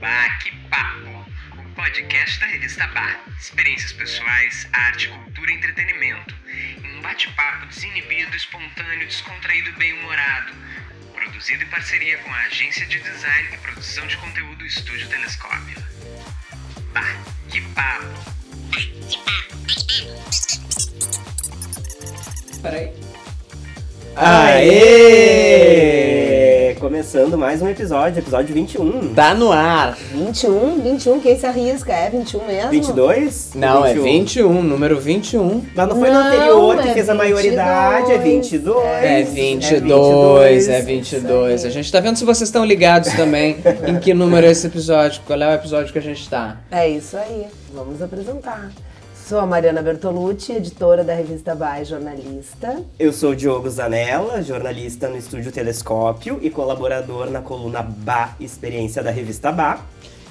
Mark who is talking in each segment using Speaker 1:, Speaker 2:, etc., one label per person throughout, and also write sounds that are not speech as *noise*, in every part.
Speaker 1: Bah, que papo! O podcast da revista Bah. Experiências pessoais, arte, cultura e entretenimento. Em um bate-papo desinibido, espontâneo, descontraído e bem-humorado. Produzido em parceria com a agência de design e produção de conteúdo Estúdio Telescópio. Bah, que papo!
Speaker 2: Peraí.
Speaker 3: Aê! Começando mais um episódio, episódio 21.
Speaker 2: Tá no ar.
Speaker 4: 21, 21, quem se arrisca? É 21 mesmo?
Speaker 3: 22?
Speaker 2: Não,
Speaker 3: Ou
Speaker 2: é 21, número 21.
Speaker 3: Mas um. não foi no
Speaker 4: Não,
Speaker 3: anterior que
Speaker 4: é
Speaker 3: fez a maioridade, é 22.
Speaker 4: 22.
Speaker 2: É 22, é 22. A gente tá vendo se vocês estão ligados
Speaker 4: *laughs*
Speaker 2: também em que número é esse episódio, qual é o episódio que a gente tá.
Speaker 4: É isso aí, vamos apresentar. Sou a Mariana Bertolucci, editora da revista Vai, jornalista.
Speaker 3: Eu sou o Diogo Zanella, jornalista no Estúdio Telescópio e colaborador na coluna Bá Experiência da revista Bá.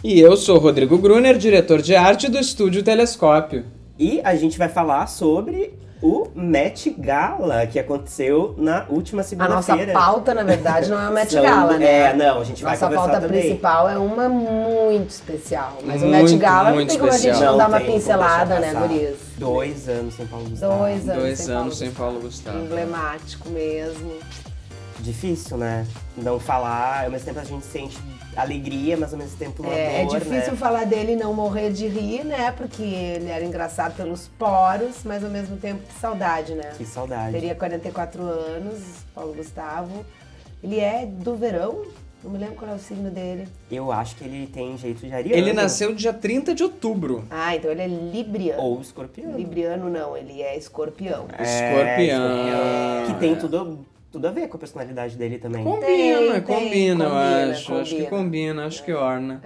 Speaker 2: E eu sou o Rodrigo Gruner, diretor de arte do estúdio Telescópio.
Speaker 3: E a gente vai falar sobre o Met Gala que aconteceu na última
Speaker 4: A nossa
Speaker 3: segunda-feira.
Speaker 4: pauta, na verdade, não é o Met
Speaker 3: São-
Speaker 4: Gala, né?
Speaker 3: É, não, a gente vai
Speaker 4: nossa
Speaker 3: conversar
Speaker 4: pauta
Speaker 3: também.
Speaker 4: principal é uma muito especial. Mas o
Speaker 2: Muito,
Speaker 4: Met Gala não
Speaker 2: muito
Speaker 4: tem como a gente
Speaker 2: especial.
Speaker 4: não dar uma
Speaker 3: tem como
Speaker 4: pincelada, né,
Speaker 3: deixar passar.
Speaker 4: Guriz?
Speaker 3: Dois anos sem Paulo Gustavo.
Speaker 4: Dois anos.
Speaker 2: Dois
Speaker 4: sem
Speaker 2: anos sem
Speaker 4: Gustavo.
Speaker 2: Paulo Gustavo.
Speaker 4: Emblemático mesmo.
Speaker 3: Difícil, né? Não falar, ao mesmo tempo a gente sente alegria, mas ao mesmo tempo uma
Speaker 4: É, é
Speaker 3: dor,
Speaker 4: difícil
Speaker 3: Um né?
Speaker 4: falar dele e não morrer de rir, né? Porque ele era engraçado pelos poros, mas ao mesmo tempo que saudade, né?
Speaker 3: Que saudade.
Speaker 4: Teria 44 anos, Paulo Gustavo. Ele é do verão? Não me lembro qual é o signo dele.
Speaker 3: Eu acho que ele tem jeito de ariano.
Speaker 2: Ele nasceu dia 30 de outubro.
Speaker 4: Ah, então ele é libriano.
Speaker 3: Ou escorpião. É,
Speaker 4: Libriano não, ele é escorpião.
Speaker 2: Escorpião.
Speaker 3: Que tem tudo, tudo a ver com a personalidade dele também.
Speaker 2: Combina,
Speaker 4: Tem,
Speaker 2: combina,
Speaker 4: tem,
Speaker 2: eu
Speaker 4: combina,
Speaker 2: acho. Acho que
Speaker 4: combina.
Speaker 2: combina, acho que orna.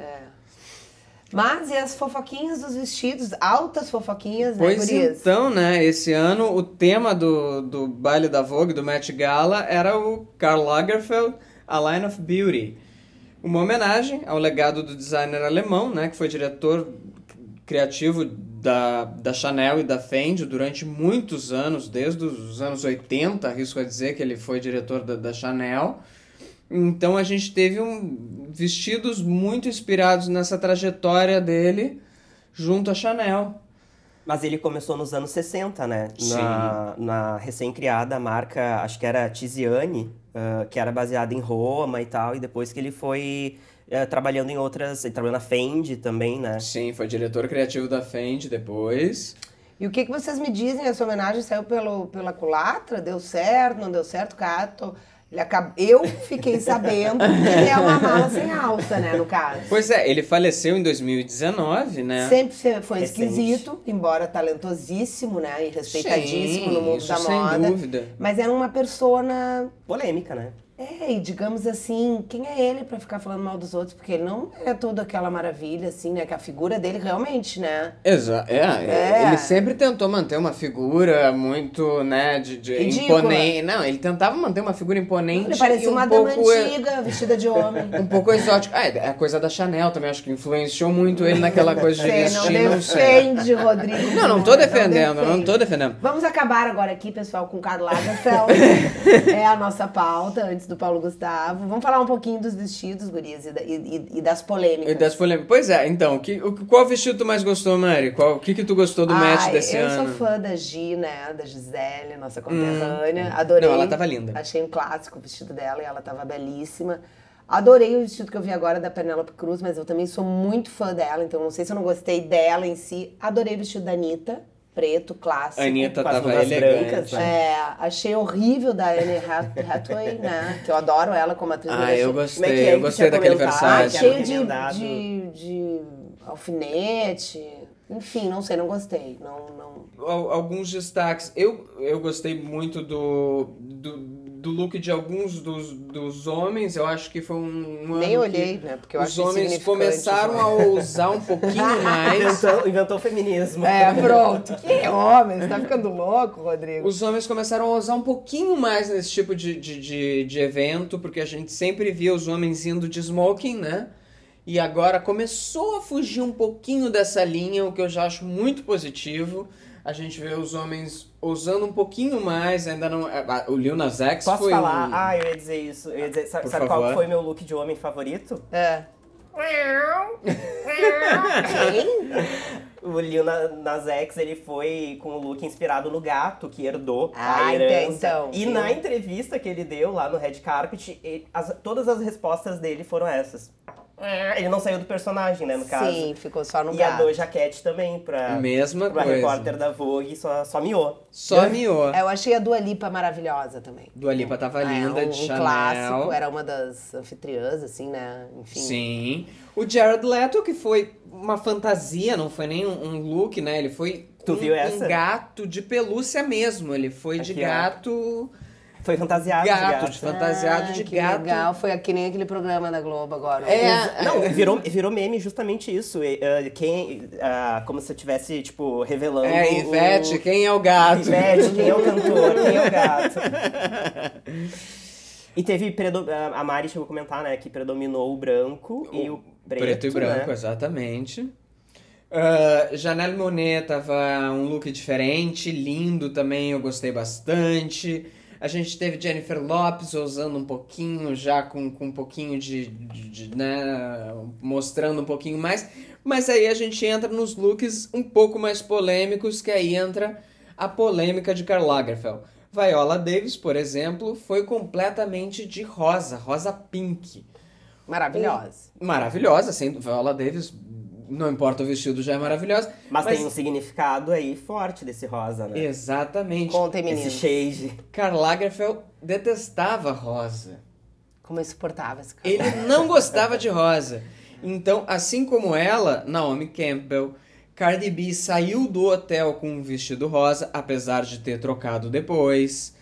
Speaker 4: Mas e as fofoquinhas dos vestidos? Altas fofoquinhas, né,
Speaker 2: Pois
Speaker 4: gurias?
Speaker 2: então, né? Esse ano o tema do, do baile da Vogue, do Met Gala, era o Karl Lagerfeld, A Line of Beauty. Uma homenagem ao legado do designer alemão, né? Que foi diretor criativo da, da Chanel e da Fendi durante muitos anos, desde os anos 80, arrisco a dizer que ele foi diretor da, da Chanel. Então a gente teve um, vestidos muito inspirados nessa trajetória dele junto à Chanel.
Speaker 3: Mas ele começou nos anos 60, né? Na, na recém-criada marca, acho que era Tiziane, ah, que era baseada em Roma e tal. E depois que ele foi eh, trabalhando em outras... Ele trabalhou na Fendi também, né?
Speaker 2: Sim, foi diretor criativo da Fendi depois.
Speaker 4: E o que, que vocês me dizem? Essa homenagem saiu pelo, pela culatra? Deu certo? Não deu certo? Cato? Ele acab... Eu fiquei sabendo que ele é uma mala sem alça, né, no caso.
Speaker 2: Pois é, ele faleceu em 2019, né?
Speaker 4: Sempre se- foi
Speaker 3: Recente.
Speaker 4: esquisito, embora talentosíssimo, né, e respeitadíssimo
Speaker 2: Sim,
Speaker 4: no mundo
Speaker 2: isso
Speaker 4: da
Speaker 2: sem
Speaker 4: moda.
Speaker 2: dúvida.
Speaker 4: Mas era uma persona,
Speaker 3: Polêmica, né?
Speaker 4: é, e digamos assim, quem é ele pra ficar falando mal dos outros? Porque ele não é toda aquela maravilha, assim, né, que a figura dele realmente, né,
Speaker 2: Exato. É,
Speaker 4: É.
Speaker 2: ele sempre tentou manter uma figura muito, né, de, de
Speaker 4: Ridícula.
Speaker 2: imponente. Não, ele tentava manter uma figura imponente.
Speaker 4: ele parecia
Speaker 2: e um
Speaker 4: uma dama
Speaker 2: pouco
Speaker 4: antiga, vestida
Speaker 2: *laughs*
Speaker 4: de homem.
Speaker 2: Um pouco exótico. Ah, é a coisa da Chanel também, acho que influenciou muito ele naquela coisa de
Speaker 4: Você não
Speaker 2: vestir, É, não sei.
Speaker 4: defende, Rodrigo.
Speaker 2: Não, não tô defendendo, não tô
Speaker 4: defende.
Speaker 2: defendendo.
Speaker 4: Vamos acabar agora aqui, pessoal, com o Karl Lagerfeld.
Speaker 2: *laughs*
Speaker 4: é a nossa pauta, antes do Paulo Gustavo. Vamos falar um pouquinho dos vestidos, gurias, e, da- e- e- e das polêmicas.
Speaker 2: E das polêmicas. Pois é, então, que, o, qual vestido tu mais gostou, Mari? Qual, o que que tu gostou do match
Speaker 4: Ai,
Speaker 2: desse
Speaker 4: eu
Speaker 2: ano? Hum.
Speaker 4: sou fã da Gi, né? Da Gisele, nossa conterrânea. Adorei.
Speaker 2: Não, ela tava linda.
Speaker 4: Achei um clássico o vestido dela e ela tava belíssima. Adorei o vestido que eu vi agora da Penélope Cruz, mas eu também sou muito fã dela, então não sei se eu não gostei dela em si. Adorei o vestido da Anitta, preto, clássico.
Speaker 2: A Anitta
Speaker 3: Com as
Speaker 2: tá tava
Speaker 3: luvas
Speaker 2: elegante.
Speaker 3: brancas, né?
Speaker 4: É, achei horrível da Anne Hath- Hathaway, né? Que eu adoro ela como atriz. mas
Speaker 2: Ah,
Speaker 4: achei-
Speaker 2: eu
Speaker 3: Como é que
Speaker 2: gostei,
Speaker 3: é
Speaker 2: eu
Speaker 3: que
Speaker 2: gostei
Speaker 3: tinha
Speaker 2: daquele
Speaker 3: comentado?
Speaker 4: Ah,
Speaker 2: Versace.
Speaker 3: Achei-
Speaker 4: cheio de,
Speaker 3: remendado.
Speaker 4: de, de alfinete. Enfim, não sei, não gostei. Não, não...
Speaker 2: Al- Alguns destaques. Eu, eu gostei muito do, do, do look de alguns dos, dos homens. Eu acho que foi um, um
Speaker 4: Nem
Speaker 2: ano
Speaker 4: olhei,
Speaker 2: que
Speaker 4: né? Porque eu
Speaker 2: os
Speaker 4: achei
Speaker 2: homens
Speaker 4: insignificante,
Speaker 2: começaram
Speaker 4: né?
Speaker 2: a ousar um pouquinho
Speaker 4: *laughs*
Speaker 2: mais.
Speaker 3: Inventou, inventou o feminismo.
Speaker 4: É, pronto. Que homem, você tá ficando louco, Rodrigo.
Speaker 2: Os homens começaram a usar um pouquinho mais nesse tipo de, de, de, de evento, porque a gente sempre via os homens indo de smoking, né? E agora começou a fugir um pouquinho dessa linha, o que eu já acho muito positivo. A gente vê os homens usando um pouquinho mais, ainda não. ah, O Lil Nas X
Speaker 3: *laughs* Posso
Speaker 2: foi.
Speaker 3: falar?
Speaker 4: Ah,
Speaker 2: um-
Speaker 3: Ah, eu ia dizer isso. Eu ia dizer, sabe
Speaker 2: Por
Speaker 3: sabe
Speaker 2: favor.
Speaker 3: qual foi meu look de homem favorito?
Speaker 4: É. Quem?
Speaker 3: O Lil Na- Nas X, ele foi com o look inspirado no gato que herdou
Speaker 4: Ah,
Speaker 3: a herança.
Speaker 4: então,
Speaker 3: e
Speaker 4: viu?
Speaker 3: na entrevista que ele deu lá no Red Carpet, ele- as- todas as respostas dele foram essas. É, Ele não saiu do personagem, né, no caso.
Speaker 4: Sim, ficou só no
Speaker 3: e a
Speaker 4: gato.
Speaker 3: Doja Cat também, pra,
Speaker 2: Mesma
Speaker 3: pra
Speaker 2: coisa.
Speaker 3: repórter da Vogue, só, só miou.
Speaker 2: Só miou.
Speaker 4: É, Eu achei a Dua Lipa maravilhosa também.
Speaker 2: Dua Lipa tava linda,
Speaker 4: é, um,
Speaker 2: de Chanel.
Speaker 4: clássico, era uma das anfitriãs, assim, né? Enfim.
Speaker 2: Sim. O Jared Leto, que foi uma fantasia, não foi nem um, um look, né? Ele foi
Speaker 3: Tu
Speaker 2: um,
Speaker 3: viu essa?
Speaker 2: um gato de pelúcia mesmo. Ele foi de
Speaker 3: Aqui, ó.
Speaker 2: gato.
Speaker 3: Foi fantasiado
Speaker 2: Gato,
Speaker 3: de
Speaker 2: de
Speaker 3: gato.
Speaker 2: fan- fantasiado de
Speaker 4: que
Speaker 2: gato.
Speaker 4: legal, foi que nem aquele programa da Globo agora.
Speaker 2: É.
Speaker 3: Não, virou, virou meme justamente isso. e, eh, quem, ah, como se eu estivesse, tipo, revelando
Speaker 2: É,
Speaker 3: o-
Speaker 2: Ivete, quem é o gato? *laughs*
Speaker 3: Ivete, quem é o cantor, quem é o gato. E teve, predo- a a Mari chegou a comentar, né, que predominou o branco e o preto,
Speaker 2: e branco,
Speaker 3: né?
Speaker 2: exatamente. Ah, Janelle Monet tava um look diferente, lindo também, eu gostei bastante. A gente teve Jennifer Lopes ousando um pouquinho, já com, com um pouquinho de, de- de, né, mostrando um pouquinho mais. Mas aí a gente entra nos looks um pouco mais polêmicos, que aí entra a polêmica de Karl Lagerfeld. Viola Davis, por exemplo, foi completamente de rosa, rosa pink.
Speaker 4: Maravilhosa.
Speaker 2: Maravilhosa, sem dúvida. Viola Davis, não importa o vestido, já é maravilhosa.
Speaker 3: Mas,
Speaker 2: Mas-
Speaker 3: tem um significado aí forte desse rosa, né?
Speaker 2: Exatamente.
Speaker 4: Contem,
Speaker 3: Esse
Speaker 4: meninos.
Speaker 3: shade.
Speaker 2: Karl Lagerfeld detestava rosa.
Speaker 4: Como eu suportava esse cara.
Speaker 2: Ele não gostava de rosa. Então, assim como ela, Naomi Campbell, Cardi B saiu do hotel com um vestido rosa, apesar de ter trocado depois.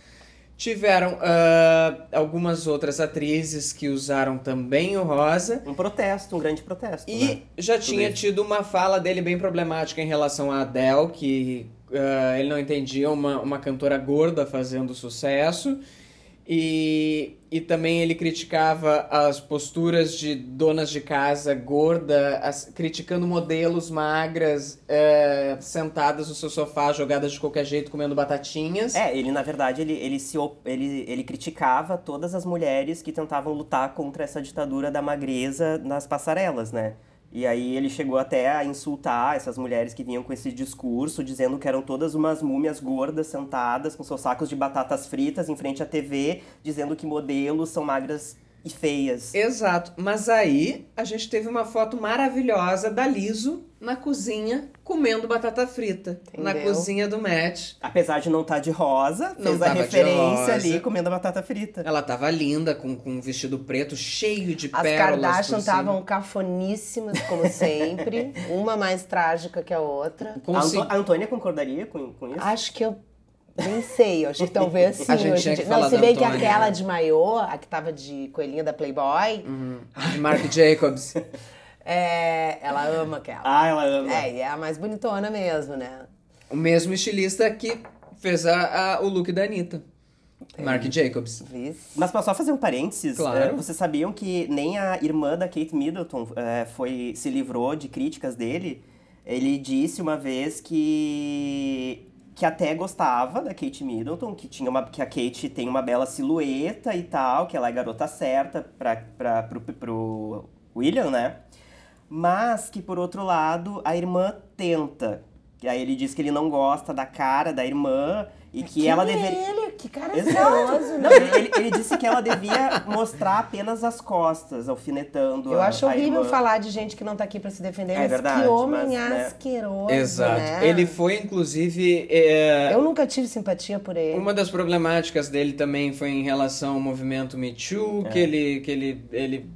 Speaker 2: Tiveram ah, algumas outras atrizes que usaram também o rosa.
Speaker 3: Um protesto, um grande protesto,
Speaker 2: E
Speaker 3: né?
Speaker 2: já
Speaker 3: Tudo
Speaker 2: tinha
Speaker 3: isso.
Speaker 2: tido uma fala dele bem problemática em relação a Adele, que ah, ele não entendia uma, uma cantora gorda fazendo sucesso. E, e também ele criticava as posturas de donas de casa gorda, as- criticando modelos magras, eh, sentadas no seu sofá, jogadas de qualquer jeito, comendo batatinhas.
Speaker 3: É, ele, na verdade, ele, ele, se, op- ele, ele criticava todas as mulheres que tentavam lutar contra essa ditadura da magreza nas passarelas, né? E aí ele chegou até a insultar essas mulheres que vinham com esse discurso, dizendo que eram todas umas múmias gordas sentadas com seus sacos de batatas fritas em frente à TV, dizendo que modelos são magras e feias.
Speaker 2: Exato. Mas aí a gente teve uma foto maravilhosa da Liso na cozinha comendo batata frita. Na
Speaker 4: Entendeu?
Speaker 2: cozinha do Matt.
Speaker 3: Apesar de não estar de rosa,
Speaker 2: Não
Speaker 3: fez a
Speaker 2: tava de rosa.
Speaker 3: referência ali comendo a batata frita.
Speaker 2: Ela tava linda, com, com um vestido preto cheio de
Speaker 4: As
Speaker 2: pérolas.
Speaker 4: Kardashian
Speaker 2: por cima.
Speaker 4: estavam cafoníssimas, como
Speaker 2: *laughs*
Speaker 4: sempre. uma mais trágica que a outra.
Speaker 3: A,
Speaker 2: Consegui-
Speaker 4: *laughs*
Speaker 3: Anto- a Antônia concordaria com, com isso?
Speaker 4: Acho que eu nem sei, eu acho que talvez sim.
Speaker 2: A gente
Speaker 4: hoje
Speaker 2: tinha
Speaker 4: em
Speaker 2: que
Speaker 4: dia.
Speaker 2: falar
Speaker 4: Não, se
Speaker 2: da
Speaker 4: bem que
Speaker 2: Antônia,
Speaker 4: aquela
Speaker 2: né?
Speaker 4: de maiô, a que tava de coelhinha da Playboy,
Speaker 2: Uhum. De Mark Jacobs.
Speaker 4: é, ela ama aquela.
Speaker 3: Ah, ela ama.
Speaker 4: É, e é a mais bonitona mesmo, né?
Speaker 2: o mesmo estilista que fez a, a- o look da Anitta. Mark Jacobs.
Speaker 4: Vice.
Speaker 3: Mas pra só fazer um parênteses,
Speaker 2: Claro.
Speaker 3: eh, vocês sabiam que nem a irmã da Kate Middleton eh, foi, se livrou de críticas dele? Ele disse uma vez que que até gostava da Kate Middleton, que tinha uma que a Kate tem uma bela silhueta e tal, que ela é garota certa para pro, pro William, né? Mas que por outro lado a irmã tenta. E aí ele diz que ele não gosta da cara da irmã e que,
Speaker 4: é
Speaker 3: ela deveria
Speaker 4: Ele, que cara né?
Speaker 3: Exato.
Speaker 4: ansioso,
Speaker 3: Não, ele, ele- ele disse que ela devia mostrar apenas as costas, alfinetando.
Speaker 4: Eu
Speaker 3: a-
Speaker 4: acho
Speaker 3: a
Speaker 4: horrível
Speaker 3: irmã.
Speaker 4: falar de gente que não tá aqui pra se defender,
Speaker 3: É
Speaker 4: mas
Speaker 3: verdade,
Speaker 4: que homem
Speaker 3: mas, né?
Speaker 4: asqueroso,
Speaker 2: Exato.
Speaker 4: né?
Speaker 2: Ele foi, inclusive. é,
Speaker 4: Eu nunca tive simpatia por ele.
Speaker 2: Uma das problemáticas dele também foi em relação ao movimento Me Too, que ele, que ele, ele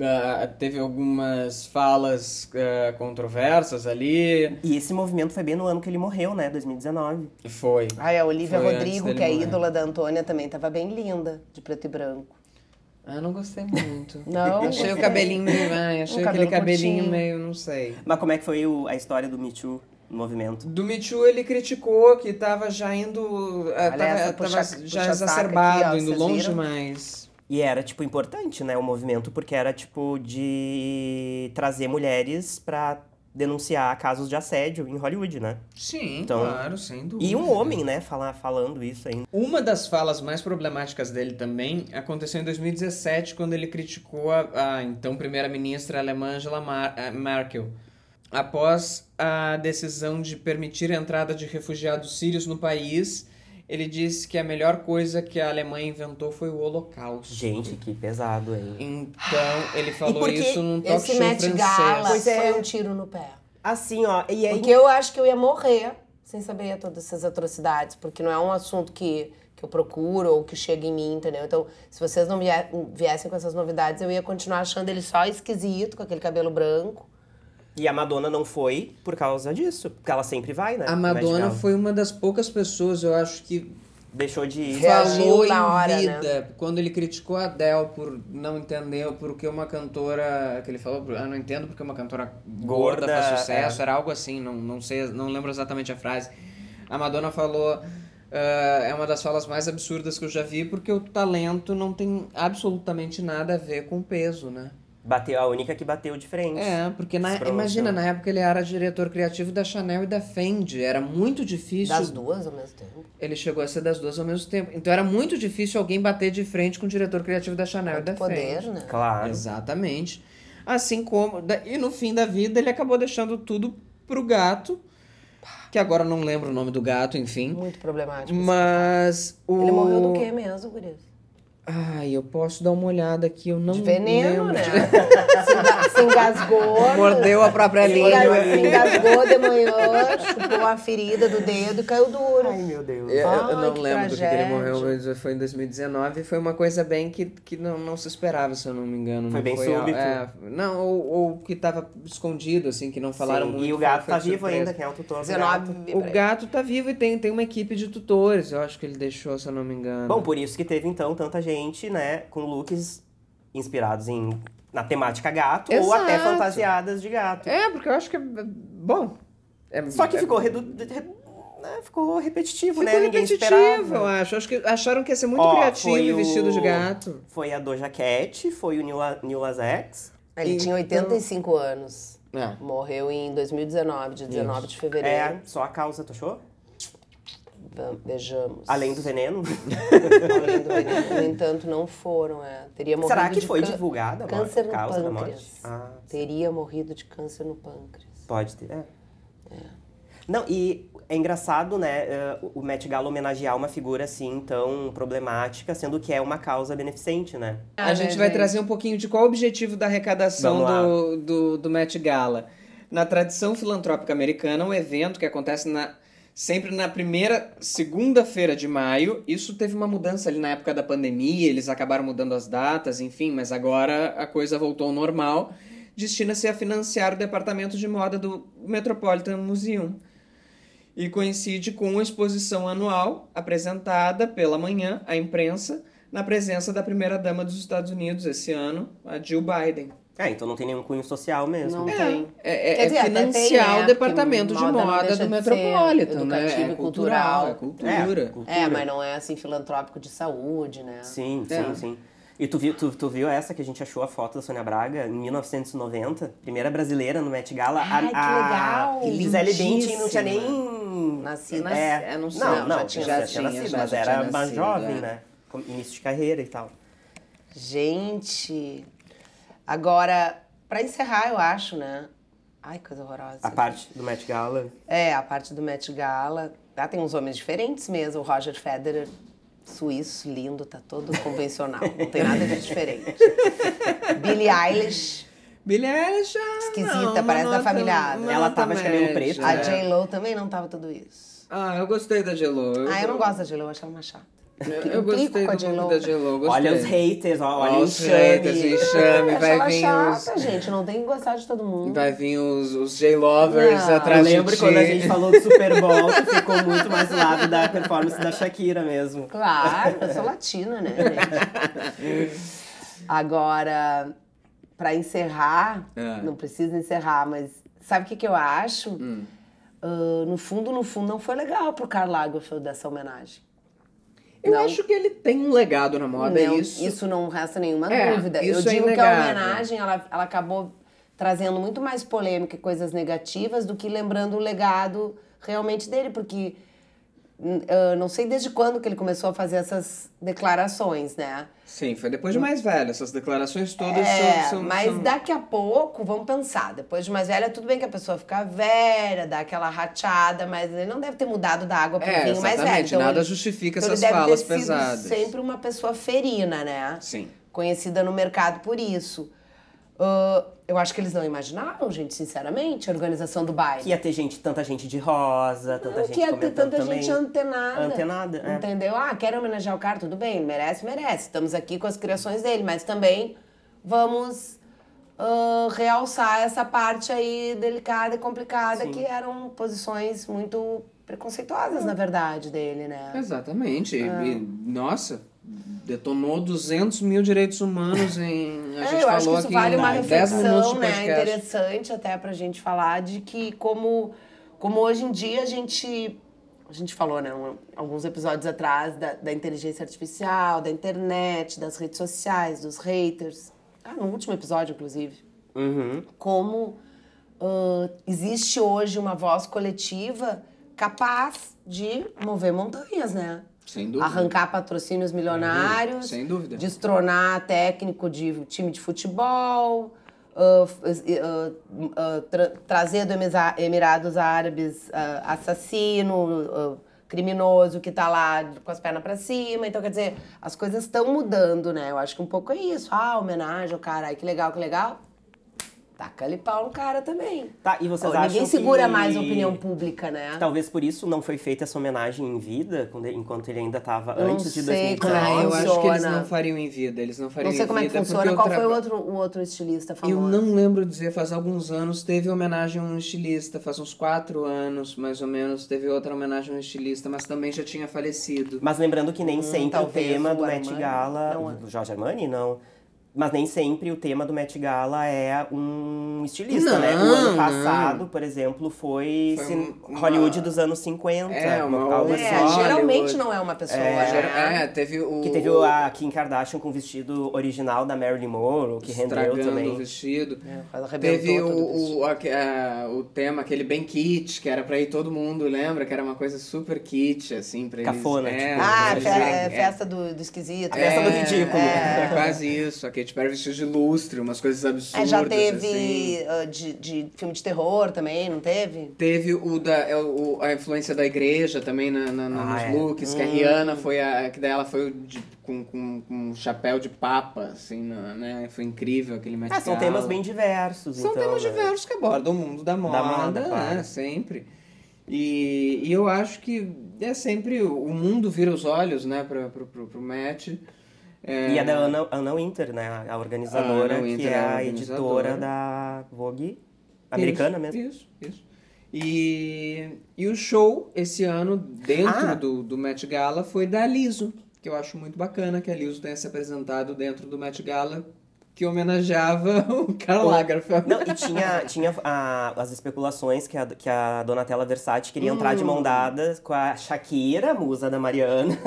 Speaker 2: ah, teve algumas falas ah, controversas ali.
Speaker 3: E esse movimento foi bem no ano que ele morreu, né? 2019.
Speaker 2: Foi.
Speaker 4: Ai, a Olivia
Speaker 2: Foi antes
Speaker 4: Rodrigo,
Speaker 2: dele
Speaker 4: que é
Speaker 2: morrer.
Speaker 4: ídola da Antônia, também tava bem linda, de preto e branco.
Speaker 2: Ah, não gostei *laughs* muito.
Speaker 4: Não, *laughs*
Speaker 2: achei o
Speaker 4: gostei. Um
Speaker 2: cabelinho meio. Ai, achei
Speaker 4: cabelo
Speaker 2: aquele cabelinho
Speaker 4: curtinho.
Speaker 2: meio, não sei.
Speaker 3: Mas como é que foi o- a história do Me Too no movimento?
Speaker 2: Do Me Too, ele criticou que tava já indo. ah,
Speaker 4: Olha
Speaker 2: tava
Speaker 4: essa
Speaker 2: tava
Speaker 4: puxa-
Speaker 2: já
Speaker 4: puxa-saca
Speaker 2: exacerbado,
Speaker 4: aqui, ó,
Speaker 2: indo
Speaker 4: vocês
Speaker 2: longe
Speaker 4: viram?
Speaker 2: demais.
Speaker 3: E era, tipo, importante, né? O movimento, porque era, tipo, de trazer mulheres pra denunciar casos de assédio em Hollywood, né?
Speaker 2: Sim,
Speaker 3: Então-
Speaker 2: claro, sem dúvida.
Speaker 3: E
Speaker 4: Uhum.
Speaker 3: um homem, né, falar, falando isso ainda.
Speaker 2: Uma das falas mais problemáticas dele também aconteceu em 2017, quando ele criticou a, a então primeira-ministra alemã Angela Mar- eh, Merkel, após a decisão de permitir a entrada de refugiados sírios no país. Ele disse que a melhor coisa que a Alemanha inventou foi o Holocausto.
Speaker 3: Gente, que pesado, hein?
Speaker 2: Então, ele falou
Speaker 3: Ah, porque
Speaker 2: isso num talk
Speaker 4: Esse
Speaker 2: show
Speaker 4: Met
Speaker 2: um francês.
Speaker 4: Gala
Speaker 3: Pois é.
Speaker 4: foi um tiro no pé.
Speaker 3: Assim, ó, e aí.
Speaker 4: Porque eu acho que eu ia morrer sem saber todas essas atrocidades, porque não é um assunto que, que eu procuro ou que chega em mim, entendeu? Então, se vocês não vie- viessem com essas novidades, eu ia continuar achando ele só esquisito, com aquele cabelo branco.
Speaker 3: E a Madonna não foi por causa disso. Porque ela sempre vai, né?
Speaker 2: A
Speaker 3: no Met
Speaker 2: Madonna
Speaker 3: Gala.
Speaker 2: foi uma das poucas pessoas, eu acho, que
Speaker 3: Deixou de ir.
Speaker 4: Reagiu
Speaker 2: falou
Speaker 4: na
Speaker 2: em
Speaker 4: hora, né?
Speaker 2: vida. Quando ele criticou a Adele por não entender porque uma cantora. Que ele falou, eu não entendo porque uma cantora gorda,
Speaker 3: Gorda,
Speaker 2: faz sucesso. Era algo assim, não, não sei, não lembro exatamente a frase. A Madonna falou. "Ah, é uma das falas mais absurdas que eu já vi, porque o talento não tem absolutamente nada a ver com o peso, né?
Speaker 3: Bateu, a única que bateu de frente.
Speaker 2: É, porque na,
Speaker 3: Despromoção.
Speaker 2: imagina, na época ele era diretor criativo da Chanel e da Fendi. Era muito difícil.
Speaker 4: Das duas ao mesmo tempo.
Speaker 2: Ele chegou a ser das duas ao mesmo tempo. Então era muito difícil alguém bater de frente com o diretor criativo da Chanel e da
Speaker 4: Quanto poder,
Speaker 2: Fendi.
Speaker 4: né?
Speaker 3: Claro.
Speaker 2: Exatamente. Assim como. da- E no fim da vida ele acabou deixando tudo pro gato. Que agora eu não lembro o nome do gato, enfim.
Speaker 4: Muito problemático. assim.
Speaker 2: Mas o.
Speaker 4: Ele morreu do quê mesmo, guris?
Speaker 2: Ai, eu posso dar uma olhada aqui, eu não.
Speaker 4: De veneno,
Speaker 2: lembro.
Speaker 3: *laughs*
Speaker 4: né? se, enga- se engasgou. né?
Speaker 2: Mordeu a própria
Speaker 4: Se enga-
Speaker 2: língua.
Speaker 4: se engasgou de manhã, chupou uma ferida do dedo e caiu duro.
Speaker 3: Ai, meu Deus.
Speaker 2: Eu, eu
Speaker 4: Ai,
Speaker 2: não
Speaker 4: que
Speaker 2: lembro do que, que ele
Speaker 4: tragédia.
Speaker 2: morreu, mas foi em 2019 e foi uma coisa bem que, que não, não se esperava, se eu não me engano.
Speaker 3: Foi
Speaker 2: não
Speaker 3: bem súbito.
Speaker 2: é, não, ou, ou que tava escondido, assim, que não falaram
Speaker 3: Sim,
Speaker 2: muito.
Speaker 3: E o
Speaker 2: foi-
Speaker 3: gato
Speaker 2: foi
Speaker 3: tá vivo
Speaker 2: surpresa.
Speaker 3: ainda, quem é o tutor? do gato.
Speaker 4: 19.
Speaker 2: O gato tá vivo e tem, tem uma equipe de tutores, eu acho que ele deixou, se eu não me engano.
Speaker 3: Bom, por isso que teve então tanta gente, né, com looks inspirados em na temática gato ou
Speaker 2: Exato.
Speaker 3: até fantasiadas de gato.
Speaker 2: É, porque eu acho que é. Bom. é-
Speaker 3: Só que
Speaker 2: é-
Speaker 3: ficou redu... re- né, ficou repetitivo,
Speaker 2: ficou
Speaker 3: né? Ninguém
Speaker 2: repetitivo, eu
Speaker 3: esperava.
Speaker 2: acho. Acho que acharam que ia ser muito
Speaker 3: Ó,
Speaker 2: criativo
Speaker 3: foi
Speaker 2: e
Speaker 3: o-
Speaker 2: vestido de gato.
Speaker 3: Foi a Doja Cat, foi o Nil, Nil Nas X.
Speaker 4: Ele tinha 85 anos.
Speaker 2: É.
Speaker 4: Morreu em 2019, dia 19 de fevereiro.
Speaker 3: É, só a causa, tu achou?
Speaker 4: Vam- Vejamos.
Speaker 3: Além
Speaker 2: *laughs*
Speaker 3: do veneno.
Speaker 4: Além do veneno. No entanto, não foram, é. Teria morrido
Speaker 3: Será que
Speaker 4: de
Speaker 3: foi
Speaker 4: can-
Speaker 3: divulgada a morte-
Speaker 4: câncer no
Speaker 3: causa da
Speaker 4: pâncreas.
Speaker 3: morte? Ah,
Speaker 4: Teria morrido de câncer no pâncreas.
Speaker 3: Pode ter, é. Não, e é engraçado, né, eh, o Met Gala homenagear uma figura assim tão problemática, sendo que é uma causa beneficente, né?
Speaker 2: a gente vai trazer um pouquinho de qual o objetivo da arrecadação
Speaker 3: Vamos lá.
Speaker 2: do, do, do Met Gala. Na tradição filantrópica americana, um evento que acontece na- sempre na primeira segunda-feira de maio. Isso teve uma mudança ali na época da pandemia, eles acabaram mudando as datas, enfim, mas agora a coisa voltou ao normal. Destina-se a financiar o departamento de moda do Metropolitan Museum e coincide com uma exposição anual apresentada pela manhã à imprensa na presença da primeira-dama dos Estados Unidos esse ano, a Jill Biden.
Speaker 3: É, então não tem nenhum cunho social mesmo.
Speaker 4: Não.
Speaker 2: É,
Speaker 4: tem.
Speaker 2: é, é-
Speaker 4: Quer
Speaker 2: é
Speaker 4: dizer, até
Speaker 2: financiar
Speaker 4: tem, né?
Speaker 2: o departamento de
Speaker 4: Porque moda não
Speaker 2: moda
Speaker 4: deixa
Speaker 2: do
Speaker 4: de ser
Speaker 2: Metropolitan, né?
Speaker 4: educativo
Speaker 2: É
Speaker 4: e
Speaker 2: cultural,
Speaker 4: cultural.
Speaker 2: é cultura.
Speaker 4: É, mas não é assim filantrópico de saúde, né?
Speaker 3: Sim, sim,
Speaker 2: É.
Speaker 3: sim. E tu viu, tu, tu viu essa que a gente achou a foto da Sônia Braga em 1990? Primeira brasileira no Met Gala.
Speaker 4: Ai, que legal!
Speaker 3: a Gisele Bündchen não tinha nem...
Speaker 4: Nascida.
Speaker 3: É,
Speaker 2: É, não sei,
Speaker 3: não,
Speaker 2: não,
Speaker 3: não,
Speaker 2: já tinha- já tinha
Speaker 3: nascido,
Speaker 2: já-
Speaker 3: mas
Speaker 2: já
Speaker 3: era
Speaker 2: tinha
Speaker 3: mais
Speaker 2: nascido,
Speaker 3: jovem,
Speaker 2: é.
Speaker 3: né? Com Início de carreira e tal.
Speaker 4: Gente. Agora, pra encerrar, eu acho, né? Ai, coisa horrorosa.
Speaker 3: A parte do Met Gala...
Speaker 4: É, a parte do Met Gala. Ah, tem uns homens diferentes mesmo. O Roger Federer, suíço, lindo, tá todo convencional. Não tem nada de diferente. Billie Eilish.
Speaker 2: Billie Eilish, ah,
Speaker 4: Esquisita,
Speaker 2: não, uma
Speaker 4: parece da
Speaker 2: nota-
Speaker 4: família Adams.
Speaker 2: uma
Speaker 3: Ela
Speaker 2: nota
Speaker 3: tava de cabelo preto,
Speaker 4: A
Speaker 2: é média. É.
Speaker 4: J.Lo também não tava tudo isso.
Speaker 2: Ah, eu gostei da Gelo.
Speaker 4: Ah, eu não gosto da J.Lo, eu achava uma chata.
Speaker 2: Eu gostei
Speaker 4: com a
Speaker 2: do look
Speaker 4: J.Lo.
Speaker 2: da Gelo.
Speaker 3: Olha os haters, ó, olha
Speaker 2: Olha
Speaker 3: o
Speaker 2: os
Speaker 3: enxame.
Speaker 2: haters, o enxame,
Speaker 4: Eu
Speaker 2: vai
Speaker 4: achava
Speaker 2: vir os...
Speaker 4: chata, gente. Não tem que gostar de todo mundo.
Speaker 2: Vai vir os, os J-Lovers
Speaker 4: Não.
Speaker 2: atrás
Speaker 3: eu lembro
Speaker 2: de ti.
Speaker 3: quando a gente falou do Super Bowl, que ficou muito mais do lado da performance da Shakira mesmo.
Speaker 4: Claro, eu sou latina, né, gente? Agora, pra encerrar,
Speaker 2: É.
Speaker 4: não precisa encerrar, mas sabe o que, que eu acho?
Speaker 2: Hum.
Speaker 4: Ah, no fundo, no fundo, não foi legal pro Karl Lagerfeld dessa homenagem.
Speaker 2: Eu
Speaker 4: Não.
Speaker 2: acho que ele tem um legado na moda, é
Speaker 4: não,
Speaker 2: isso.
Speaker 4: não resta nenhuma
Speaker 2: É,
Speaker 4: dúvida.
Speaker 2: isso
Speaker 4: eu
Speaker 2: é
Speaker 4: digo que a
Speaker 2: inegável.
Speaker 4: homenagem, ela, ela acabou trazendo muito mais polêmica e coisas negativas do que lembrando o legado realmente dele, porque n- ah, não sei desde quando que ele começou a fazer essas declarações, né?
Speaker 2: Sim, foi depois de mais velho. Essas declarações todas
Speaker 4: É,
Speaker 2: são, são.
Speaker 4: mas
Speaker 2: são-
Speaker 4: daqui a pouco, vamos pensar, depois de mais velha, tudo bem que a pessoa fica velha, dá aquela rachada, mas ele não deve ter mudado da água pro
Speaker 2: É,
Speaker 4: vinho mais velho.
Speaker 2: exatamente.
Speaker 4: Então,
Speaker 2: Nada
Speaker 4: ele-
Speaker 2: justifica
Speaker 4: então ele
Speaker 2: essas
Speaker 4: deve ter
Speaker 2: falas
Speaker 4: sido
Speaker 2: pesadas.
Speaker 4: sempre uma pessoa ferina, né?
Speaker 2: Sim.
Speaker 4: conhecida no mercado por isso. Ah, eu acho que eles não imaginavam, gente, sinceramente, a organização do baile.
Speaker 3: Que ia ter gente, tanta gente de rosa, tanta
Speaker 4: Não,
Speaker 3: gente
Speaker 4: que ia ter
Speaker 3: comentando
Speaker 4: tanta
Speaker 3: também.
Speaker 4: gente antenada.
Speaker 3: Antenada, é.
Speaker 4: Entendeu? Ah, quero homenagear o cara, tudo bem, merece, merece. Estamos aqui com as criações dele, mas também vamos ah, realçar essa parte aí delicada e complicada, que eram posições muito
Speaker 3: Hum.
Speaker 4: preconceituosas, na verdade, dele, né?
Speaker 2: Exatamente. E-
Speaker 4: Ah.
Speaker 2: E, nossa, detonou 200 mil direitos humanos em. A
Speaker 4: É,
Speaker 2: gente
Speaker 4: eu
Speaker 2: falou
Speaker 4: acho que isso
Speaker 2: aqui
Speaker 4: vale
Speaker 2: em
Speaker 4: uma
Speaker 2: 10 minutos
Speaker 4: reflexão,
Speaker 2: de
Speaker 4: né?
Speaker 2: podcast.
Speaker 4: Interessante até pra gente falar de que como, como hoje em dia a gente. A gente falou, né, um- alguns episódios atrás da, da inteligência artificial, da internet, das redes sociais, dos haters. Ah, no último episódio, inclusive
Speaker 3: Uhum.
Speaker 4: como ah, existe hoje uma voz coletiva capaz de mover montanhas, né?
Speaker 2: Sem dúvida.
Speaker 4: Arrancar patrocínios milionários,
Speaker 2: Sem dúvida.
Speaker 4: destronar técnico de time de futebol, ah, f- ah, ah, tra- trazer do Emisa- Emirados Árabes ah, assassino, ah, criminoso que tá lá com as pernas pra cima. Então, quer dizer, as coisas estão mudando, né? Eu acho que um pouco é isso. Ah, homenagem ao cara, ai, que legal, que legal. Taca-lhe pau no cara também.
Speaker 3: Tá, e vocês
Speaker 4: Ó,
Speaker 3: acham
Speaker 4: Ninguém segura
Speaker 3: que-
Speaker 4: mais a opinião pública, né?
Speaker 3: Talvez por isso não foi feita essa homenagem em vida, quando ele- enquanto ele ainda estava
Speaker 4: Eu não
Speaker 3: antes de
Speaker 4: sei como é
Speaker 3: 2019.
Speaker 2: Ah, eu acho que eles
Speaker 4: funciona.
Speaker 2: não fariam em vida. Eles não fariam
Speaker 4: não sei
Speaker 2: em
Speaker 4: como é que
Speaker 2: vida
Speaker 4: funciona.
Speaker 2: porque
Speaker 4: Qual
Speaker 2: tra-
Speaker 4: foi o outro, o outro estilista famoso?
Speaker 2: Eu não lembro dizer, faz alguns anos teve homenagem a um estilista, faz uns quatro anos, mais ou menos, teve outra homenagem a um estilista, mas também já tinha falecido.
Speaker 3: Mas lembrando que
Speaker 2: Hum,
Speaker 3: nem sempre o
Speaker 4: talvez
Speaker 3: tema
Speaker 4: o
Speaker 3: do Met
Speaker 4: Armani.
Speaker 3: Gala.
Speaker 4: Não é.
Speaker 3: Do Jorge Armani? Não. Mas nem sempre o tema do Met Gala é um estilista, né? O
Speaker 2: Não,
Speaker 3: ano passado, por exemplo, foi,
Speaker 2: Foi
Speaker 3: cin-
Speaker 2: uma-
Speaker 3: Hollywood dos anos 50.
Speaker 2: É, uma-
Speaker 3: algo
Speaker 2: uma-
Speaker 3: assim.
Speaker 4: É, geralmente
Speaker 2: Hollywood.
Speaker 4: não é uma pessoa.
Speaker 2: É,
Speaker 4: né?
Speaker 2: teve o.
Speaker 3: Então, ah, Que teve a Kim Kardashian com o vestido original da Marilyn Monroe, que rendeu
Speaker 2: estragando o
Speaker 3: também. É,
Speaker 2: vestido.
Speaker 4: Ela
Speaker 2: é.
Speaker 4: arrebentou
Speaker 2: Teve
Speaker 4: todo o
Speaker 2: o, o, aque- a- o tema, aquele bem kit, que era pra ir todo mundo, lembra? Que era uma coisa super kit, assim, pra eles...
Speaker 3: Cafona,
Speaker 2: é,
Speaker 3: tipo.
Speaker 4: Ah,
Speaker 2: eles
Speaker 4: fe-
Speaker 2: irem-
Speaker 4: é,
Speaker 2: é.
Speaker 4: festa do, do esquisito.
Speaker 3: A festa do ridículo.
Speaker 2: É,
Speaker 3: *laughs*
Speaker 4: É,
Speaker 2: quase isso. Tipo, A Katy Perry vestiu um de lustre, umas coisas absurdas,
Speaker 4: É, já teve
Speaker 2: assim.
Speaker 4: ah, de, de filme de terror também, não teve?
Speaker 2: Teve o da, é, o- a influência da igreja também na, na- na-
Speaker 3: Ah,
Speaker 2: nos
Speaker 3: é.
Speaker 2: looks, que a Rihanna foi a. que dela foi o de- com, com, com um chapéu de papa, assim, na- né? Foi incrível aquele Met
Speaker 3: Ah, são
Speaker 2: Gala.
Speaker 3: temas bem diversos.
Speaker 2: São
Speaker 3: então,
Speaker 2: temas
Speaker 3: né?
Speaker 2: diversos que abordam o mundo da moda,
Speaker 3: moda,
Speaker 2: né?
Speaker 3: claro.
Speaker 2: Sempre. E, e eu acho que é sempre. O o mundo vira os olhos, né, pra, pro, pro, pro Met. É,
Speaker 3: E a da Ana, Ana Winter, né? A organizadora,
Speaker 2: A Anna Winter
Speaker 3: que é
Speaker 2: é a
Speaker 3: a
Speaker 2: organizadora.
Speaker 3: editora da Vogue americana
Speaker 2: isso,
Speaker 3: mesmo.
Speaker 2: Isso, isso. E, e o show esse ano, dentro
Speaker 3: Ah.
Speaker 2: do, do Met Gala, foi da Liso, que eu acho muito bacana que a Liso tenha se apresentado dentro do Met Gala, que homenageava *laughs* o Karl Lagerfeld.
Speaker 3: Não, e tinha, tinha a- as especulações que a, que a Donatella Versace queria entrar de
Speaker 4: Hum.
Speaker 3: mão dada com a Shakira, musa da Mariana,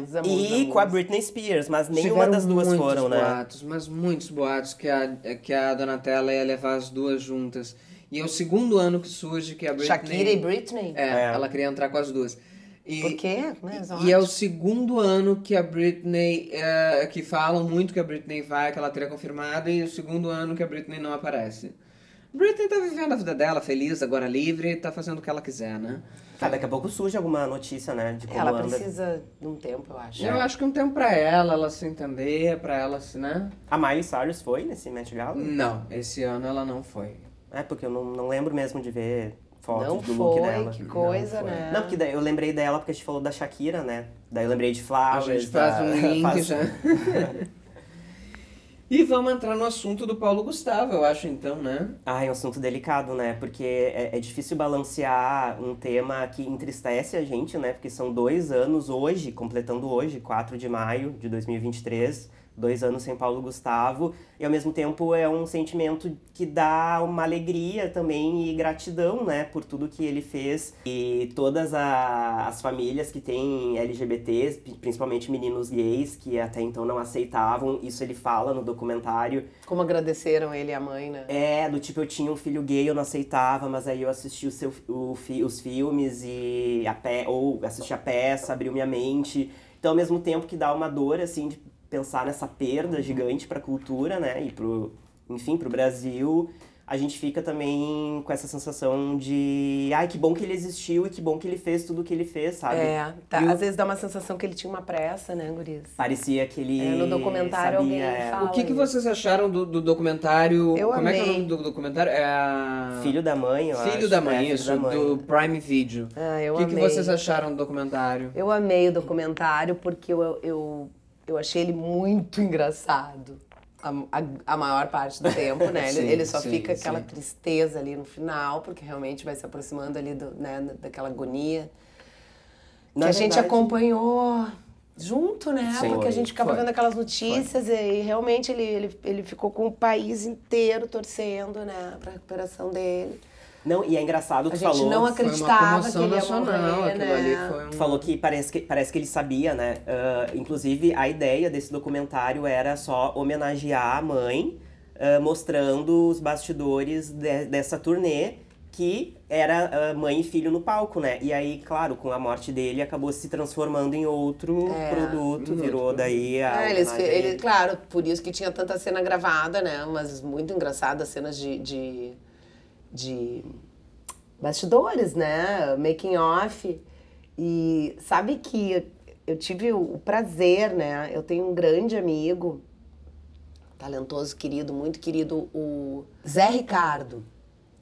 Speaker 4: Musa,
Speaker 3: *laughs* e
Speaker 4: musa,
Speaker 3: com a
Speaker 4: musa.
Speaker 3: Britney Spears, mas nenhuma
Speaker 2: Tiveram
Speaker 3: das duas
Speaker 2: muitos
Speaker 3: foram, né?
Speaker 2: boatos, mas muitos boatos que a, que a Donatella ia levar as duas juntas. E é o segundo ano que surge que a Britney...
Speaker 4: Shakira e Britney?
Speaker 2: É,
Speaker 3: É.
Speaker 2: ela queria entrar com as duas. E,
Speaker 4: Por quê? Né,
Speaker 2: E-
Speaker 4: são
Speaker 2: E é o
Speaker 4: ótimos.
Speaker 2: segundo ano que a Britney. eh, que falam muito que a Britney vai, que ela teria confirmada, e o segundo ano que a Britney não aparece. Britney tá vivendo a vida dela, feliz, agora livre, tá fazendo o que ela quiser, né?
Speaker 3: Ah, daqui a pouco surge alguma notícia, né? De como
Speaker 4: Ela
Speaker 3: anda.
Speaker 4: precisa de um tempo, eu acho.
Speaker 2: Eu acho que um tempo pra ela, ela se entender, pra ela se, né?
Speaker 3: A Miley Cyrus foi nesse Met Gala?
Speaker 4: Hum.
Speaker 2: Não, esse ano ela não foi.
Speaker 3: É, porque eu não, não lembro mesmo de ver fotos
Speaker 4: Não
Speaker 3: do look
Speaker 4: foi,
Speaker 3: dela.
Speaker 4: que
Speaker 3: Não
Speaker 4: coisa,
Speaker 3: foi.
Speaker 4: né?
Speaker 3: Não, porque daí eu lembrei dela porque a gente falou da Shakira, né? Daí eu lembrei de Flowers.
Speaker 2: A gente faz
Speaker 3: da-
Speaker 2: um link
Speaker 3: *laughs* faz-
Speaker 2: já. *laughs* e vamos entrar no assunto do Paulo Gustavo, eu acho, então, né?
Speaker 3: Ah, é um assunto delicado, né? Porque é, é difícil balancear um tema que entristece a gente, né? Porque são dois anos hoje, completando hoje, 4 de maio de 2023, dois anos sem Paulo Gustavo, e ao mesmo tempo é um sentimento que dá uma alegria também e gratidão, né, por tudo que ele fez. E todas a- as famílias que têm LGBTs, pri- principalmente meninos gays, que até então não aceitavam, isso ele fala no documentário,
Speaker 4: Como agradeceram ele e a mãe, né?
Speaker 3: é, do tipo, eu tinha um filho gay, eu não aceitava, mas aí eu assisti o seu, o fi- os filmes e a pe ou assisti a peça, abriu minha mente. Então, ao mesmo tempo que dá uma dor, assim, de pensar nessa
Speaker 4: Uhum.
Speaker 3: perda gigante pra cultura, né, e pro, enfim, pro Brasil, a gente fica também com essa sensação de, ai, que bom que ele existiu e que bom que ele fez tudo o que ele fez, sabe?
Speaker 4: É, tá.
Speaker 3: E o-
Speaker 4: às vezes dá uma sensação que ele tinha uma pressa, né, Guris?
Speaker 2: Ah,
Speaker 3: Parecia que ele
Speaker 4: É, no
Speaker 3: sabia,
Speaker 4: documentário alguém
Speaker 3: é,
Speaker 4: fala.
Speaker 2: O que, que
Speaker 4: isso.
Speaker 2: vocês acharam do, do documentário?
Speaker 4: Eu
Speaker 2: Como é que é o
Speaker 4: amei.
Speaker 2: nome do documentário? É a...
Speaker 3: Filho da mãe, eu
Speaker 2: Filho
Speaker 3: acho,
Speaker 2: da
Speaker 3: né,
Speaker 2: Mãe,
Speaker 3: Filho
Speaker 2: isso,
Speaker 3: da Mãe.
Speaker 2: do Prime Video.
Speaker 4: Ah, eu
Speaker 2: o que, que
Speaker 4: amei.
Speaker 2: vocês acharam do documentário?
Speaker 4: Eu amei o documentário porque eu, eu, eu achei ele muito engraçado. A, a- a maior parte do tempo, né?
Speaker 2: *laughs*
Speaker 4: Ele,
Speaker 2: Sim,
Speaker 4: ele só
Speaker 2: sim,
Speaker 4: fica aquela
Speaker 2: sim.
Speaker 4: tristeza ali no final, porque realmente vai se aproximando ali do, né, daquela agonia.
Speaker 3: Na
Speaker 4: que a gente
Speaker 3: verdade-
Speaker 4: acompanhou junto, né?
Speaker 3: Sim.
Speaker 4: porque a gente ficava
Speaker 2: Foi.
Speaker 4: vendo aquelas notícias e, e realmente ele, ele, ele ficou com o país inteiro torcendo, né, pra recuperação dele.
Speaker 3: Não, e é engraçado
Speaker 4: A
Speaker 3: que tu
Speaker 4: gente
Speaker 3: falou.
Speaker 4: não
Speaker 2: Foi uma
Speaker 4: acreditava que
Speaker 2: comoção
Speaker 4: ele ia
Speaker 2: nacional,
Speaker 4: morrer,
Speaker 2: aquilo
Speaker 4: né?
Speaker 2: ali foi um...
Speaker 3: Tu falou que parece, que parece que ele sabia, né? Ah, inclusive, a ideia desse documentário era só homenagear a mãe, ah, mostrando os bastidores de- dessa turnê, que era ah, mãe e filho no palco, né? E aí, claro, com a morte dele, acabou se transformando em outro
Speaker 4: É.
Speaker 3: produto,
Speaker 2: Em
Speaker 3: virou
Speaker 2: outro.
Speaker 3: daí a.
Speaker 4: É, eles,
Speaker 3: homenagem a
Speaker 4: ele, claro, por isso que tinha tanta cena gravada, né? Mas muito engraçada, cenas de, de, de bastidores, né? Making off. E sabe que eu tive o o prazer, né? Eu tenho um grande amigo, talentoso, querido, muito querido, o Zé Ricardo,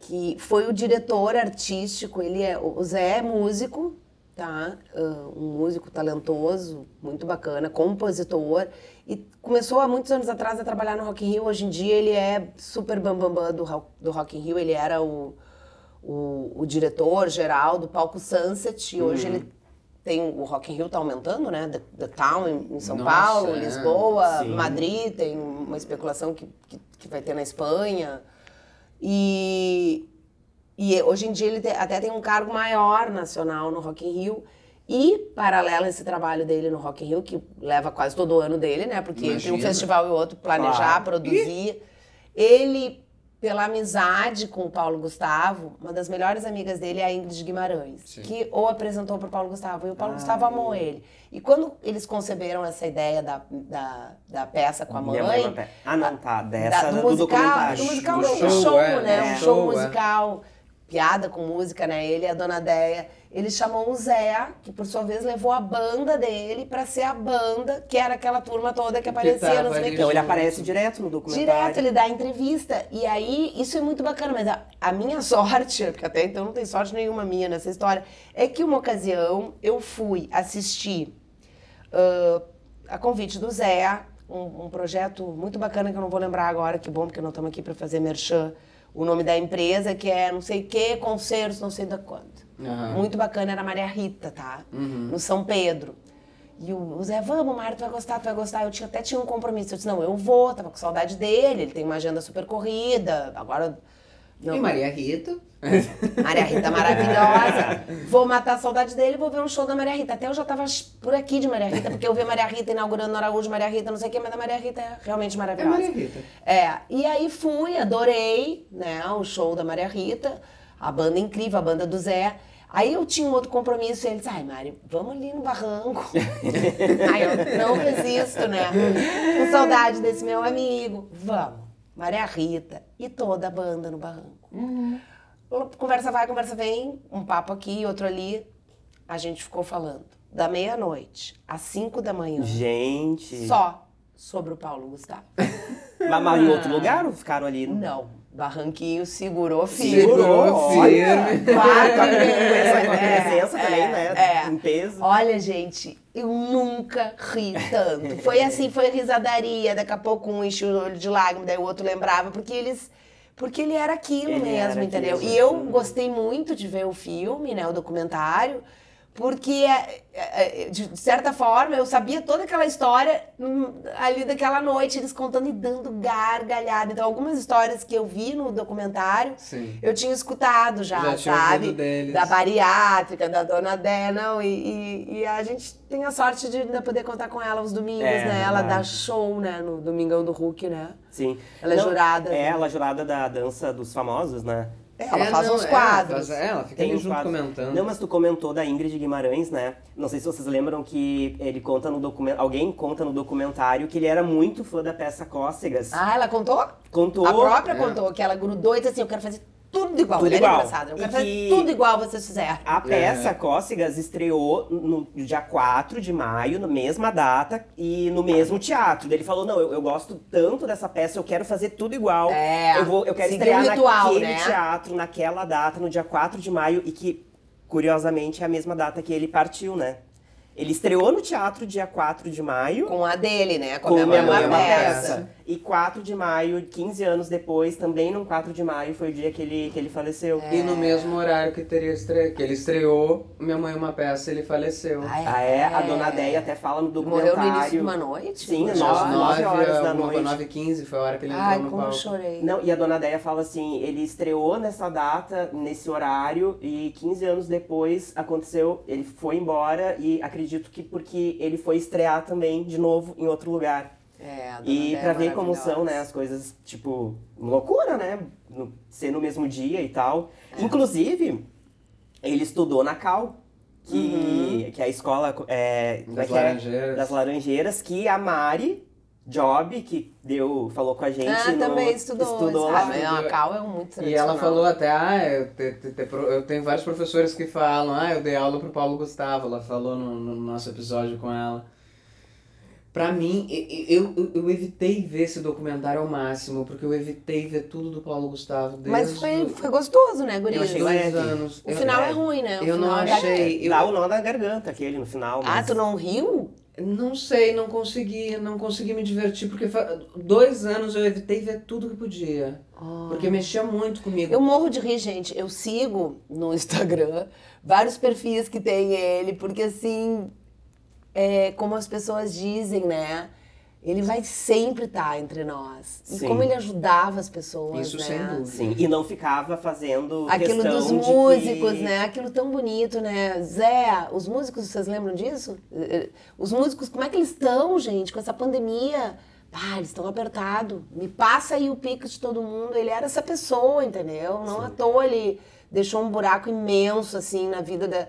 Speaker 4: que foi o diretor artístico. Ele é o Zé é músico, tá? Ah, um músico talentoso, muito bacana, compositor e começou há muitos anos atrás a trabalhar no Rock in Rio. Hoje em dia ele é super bambambam bam, bam do, Ro- do Rock in Rio. Ele era o, o, o diretor geral do palco Sunset e hoje ele tem o Rock in Rio tá aumentando, né? The, The Town em, em São
Speaker 2: Nossa,
Speaker 4: Paulo,
Speaker 2: é.
Speaker 4: Lisboa,
Speaker 3: Sim.
Speaker 4: Madrid, tem uma especulação que, que, que vai ter na Espanha. E, e hoje em dia ele te- até tem um cargo maior nacional no Rock in Rio. E, paralelo a esse trabalho dele no Rock in Rio, que leva quase todo o ano dele, né? Porque entre um
Speaker 2: Imagina.
Speaker 4: festival e outro, planejar,
Speaker 3: Claro.
Speaker 4: produzir. Ele, pela amizade com o Paulo Gustavo, uma das melhores amigas dele é a Ingrid Guimarães,
Speaker 2: Sim.
Speaker 4: que o apresentou para o Paulo Gustavo. E o Paulo
Speaker 3: Ah,
Speaker 4: Gustavo amou ele. E quando eles conceberam essa ideia da, da, da peça com a
Speaker 3: Minha mãe é uma pe- Ah, não, tá. Dessa
Speaker 4: da-
Speaker 3: do,
Speaker 4: do musical,
Speaker 3: documentário.
Speaker 4: do musical
Speaker 2: Do
Speaker 4: não,
Speaker 2: show,
Speaker 4: um show,
Speaker 2: é,
Speaker 4: né?
Speaker 3: é.
Speaker 4: Um show
Speaker 2: Show, é.
Speaker 4: musical, piada com música, né? Ele e a Dona Deia. Ele chamou o Zé, que por sua vez levou a banda dele pra ser a banda, que era aquela turma toda que aparecia
Speaker 2: tava
Speaker 4: nos
Speaker 2: ali
Speaker 4: make
Speaker 3: Então ele aparece direto no documentário.
Speaker 4: Direto, ele dá entrevista. E aí, isso é muito bacana, mas a, a minha *laughs* sorte, porque até então não tem sorte nenhuma minha nessa história, é que uma ocasião eu fui assistir ãh, a convite do Zé, um, um projeto muito bacana que eu não vou lembrar agora, que bom, porque não estamos aqui para fazer merchan, o nome da empresa, que é não sei o que, conselhos, não sei da quanto.
Speaker 2: Aham.
Speaker 4: Muito bacana, era a Maria Rita, tá? No São Pedro. E o o Zé, vamos, Mário, tu vai gostar, tu vai gostar. Eu tinha, até tinha um compromisso. Eu disse, não, eu vou, tava com saudade dele, ele tem uma agenda super corrida. Agora. Não,
Speaker 2: E Maria Rita?
Speaker 4: Maria Rita maravilhosa. Vou matar a saudade dele, vou ver um show da Maria Rita. Até eu já tava por aqui de Maria Rita, porque eu vi a Maria Rita inaugurando no Araújo, Maria Rita, não sei o que, mas a Maria Rita é realmente maravilhosa.
Speaker 2: É Maria Rita.
Speaker 4: É, e aí fui, adorei, né, o show da Maria Rita, a banda incrível, a banda do Zé. Aí eu tinha um outro compromisso e ele disse, ai, Mari, vamos ali
Speaker 2: *laughs*
Speaker 4: no barranco. aí eu não resisto, né? Com saudade desse meu amigo. Vamos. Maria Rita e toda a banda no barranco. Conversa vai, conversa vem, um papo aqui, outro ali. A gente ficou falando da meia-noite às cinco da manhã,
Speaker 3: Gente.
Speaker 4: só sobre o Paulo Gustavo.
Speaker 3: Mas, mas em outro lugar ou ficaram ali?
Speaker 4: Não, Barranquinho segurou firme.
Speaker 2: Segurou
Speaker 3: olha.
Speaker 2: firme.
Speaker 4: né? Claro,
Speaker 3: Com a presença, com a
Speaker 4: é,
Speaker 3: presença também, né?
Speaker 4: é.
Speaker 3: Em peso.
Speaker 4: Olha, gente, eu nunca ri tanto. Foi assim, foi risadaria. Daqui a pouco um enchia o olho de lágrima, daí o outro lembrava, porque eles. Porque ele era aquilo
Speaker 3: Ele
Speaker 4: mesmo,
Speaker 3: era
Speaker 4: entendeu?
Speaker 3: aquilo,
Speaker 4: E eu
Speaker 3: sim.
Speaker 4: gostei muito de ver o filme, né? O documentário. Porque, é, é, é, de de certa forma, eu sabia toda aquela história hum, ali daquela noite, eles contando e dando gargalhada. Então, algumas histórias que eu vi no documentário,
Speaker 2: Sim.
Speaker 4: eu tinha escutado já,
Speaker 2: Já tinha
Speaker 4: sabe?
Speaker 2: ouvido deles.
Speaker 4: Da bariátrica, da dona Dé, não. E, e- e a gente tem a sorte de ainda poder contar com ela os domingos,
Speaker 3: É,
Speaker 4: né? Ela dá
Speaker 3: verdade.
Speaker 4: show, né? No Domingão do Hulk, né?
Speaker 3: Sim.
Speaker 4: Ela é jurada,
Speaker 3: É,
Speaker 4: né?
Speaker 3: ela é jurada da dança dos famosos, né?
Speaker 4: Ela
Speaker 2: É,
Speaker 4: faz
Speaker 2: não,
Speaker 4: uns
Speaker 2: é,
Speaker 4: quadros.
Speaker 2: faz- é, ela fica
Speaker 3: Tem
Speaker 2: ali
Speaker 3: um
Speaker 2: junto
Speaker 3: quadro.
Speaker 2: comentando.
Speaker 3: Não, mas tu comentou da Ingrid Guimarães, né? Não sei se vocês lembram que ele conta no documentário. Alguém conta no documentário que ele era muito fã da peça Cócegas.
Speaker 4: Ah, ela contou?
Speaker 3: Contou.
Speaker 4: A própria
Speaker 2: É.
Speaker 4: contou que ela grudou e disse assim: eu quero fazer tudo igual.
Speaker 3: Tudo
Speaker 4: Era
Speaker 3: igual.
Speaker 4: engraçado. Eu quero
Speaker 3: E
Speaker 4: fazer
Speaker 3: que-
Speaker 4: tudo igual vocês fizeram.
Speaker 3: A peça Cócegas estreou no dia 4 de maio, na mesma data, e no mesmo teatro. Daí Ele falou: não, eu, eu gosto tanto dessa peça, eu quero fazer tudo igual.
Speaker 4: É,
Speaker 3: eu, vou, eu quero
Speaker 4: seguir
Speaker 3: estrear
Speaker 4: o ritual,
Speaker 3: naquele
Speaker 4: né?"
Speaker 3: teatro, naquela data, no dia 4 de maio, e que, curiosamente, é a mesma data que ele partiu, né? Ele estreou no teatro dia 4 de maio.
Speaker 4: Com a dele, né? Com a
Speaker 3: Como
Speaker 4: minha
Speaker 3: é
Speaker 2: Comemora
Speaker 3: uma
Speaker 4: mãe
Speaker 2: uma
Speaker 4: peça.
Speaker 3: peça. E 4 de maio, 15 anos depois, também no 4 de maio, foi o dia que ele, que ele faleceu.
Speaker 4: É.
Speaker 2: E no mesmo horário que, teria estre... que ele estreou, Minha Mãe é Uma Peça, ele faleceu.
Speaker 4: Ah,
Speaker 3: Ah, é? A dona Deia até fala no documentário.
Speaker 4: Morreu no início de uma noite?
Speaker 3: Sim,
Speaker 2: Às
Speaker 4: Às
Speaker 3: nove, nove é, horas da
Speaker 2: alguma coisa,
Speaker 3: noite.
Speaker 2: 9h15 foi a hora que ele entrou
Speaker 4: Ai,
Speaker 2: no
Speaker 4: como eu
Speaker 2: palco.
Speaker 4: chorei.
Speaker 3: Não, e a dona Deia fala assim: ele estreou nessa data, nesse horário, e 15 anos depois aconteceu, ele foi embora, e acredito que porque ele foi estrear também, de novo, em outro lugar.
Speaker 4: É, a dona
Speaker 3: E
Speaker 4: Déia
Speaker 3: pra
Speaker 4: é
Speaker 3: ver como são, né,
Speaker 4: maravilhosa.
Speaker 3: as coisas, tipo, loucura, né? No- ser no mesmo dia e tal.
Speaker 4: É.
Speaker 3: Inclusive, ele estudou na Cal, que,
Speaker 4: Uhum.
Speaker 3: que é a escola. É, como é
Speaker 2: Das
Speaker 3: que é?
Speaker 2: Laranjeiras.
Speaker 3: Das Laranjeiras, que a Mari Job, que deu, falou com a gente.
Speaker 4: Ah,
Speaker 3: no-
Speaker 4: também estudou.
Speaker 3: estudou
Speaker 4: ah,
Speaker 3: lá.
Speaker 4: mas a Cal é muito
Speaker 2: E ela
Speaker 4: tradicional.
Speaker 2: falou até, ah, eu, te- te- te- pro- eu tenho vários professores que falam, ah, eu dei aula pro Paulo Gustavo, ela falou no, no nosso episódio com ela. Pra mim, e- e- eu, eu, eu evitei ver esse documentário ao máximo, porque eu evitei ver tudo do Paulo Gustavo desde
Speaker 4: Mas foi,
Speaker 2: o-
Speaker 4: foi gostoso, né, Guri?
Speaker 3: Eu achei
Speaker 2: dois
Speaker 3: leve.
Speaker 2: anos.
Speaker 4: O
Speaker 2: Eu-
Speaker 4: final é ruim, né? O
Speaker 2: Eu não
Speaker 4: final é-
Speaker 2: achei. Eu,
Speaker 3: Dá o nó da garganta aquele no final.
Speaker 4: Ah,
Speaker 3: mas-
Speaker 4: tu não riu?
Speaker 2: Não sei, não consegui, não consegui me divertir, porque fa- dois anos eu evitei ver tudo que podia. Porque mexia muito comigo.
Speaker 4: Ah. Eu morro de rir, gente. Eu sigo no *laughs* Instagram vários perfis que tem ele, porque assim, é, como as pessoas dizem, né? Ele vai sempre estar entre nós. E
Speaker 3: Sim.
Speaker 4: como ele ajudava as pessoas,
Speaker 2: Isso
Speaker 4: né?
Speaker 2: sem dúvida.
Speaker 3: Sim, assim, e não ficava fazendo
Speaker 4: Aquilo
Speaker 3: questão
Speaker 4: dos
Speaker 3: de que-
Speaker 4: músicos, né? Aquilo tão bonito, né? Zé, os músicos, vocês lembram disso? Eh, eh, Os músicos, como é que eles estão, gente, com essa pandemia? Ah, eles estão apertados. Me passa aí o pique de todo mundo. Ele era essa pessoa, entendeu? Não à toa ele deixou um buraco imenso, assim, na vida da,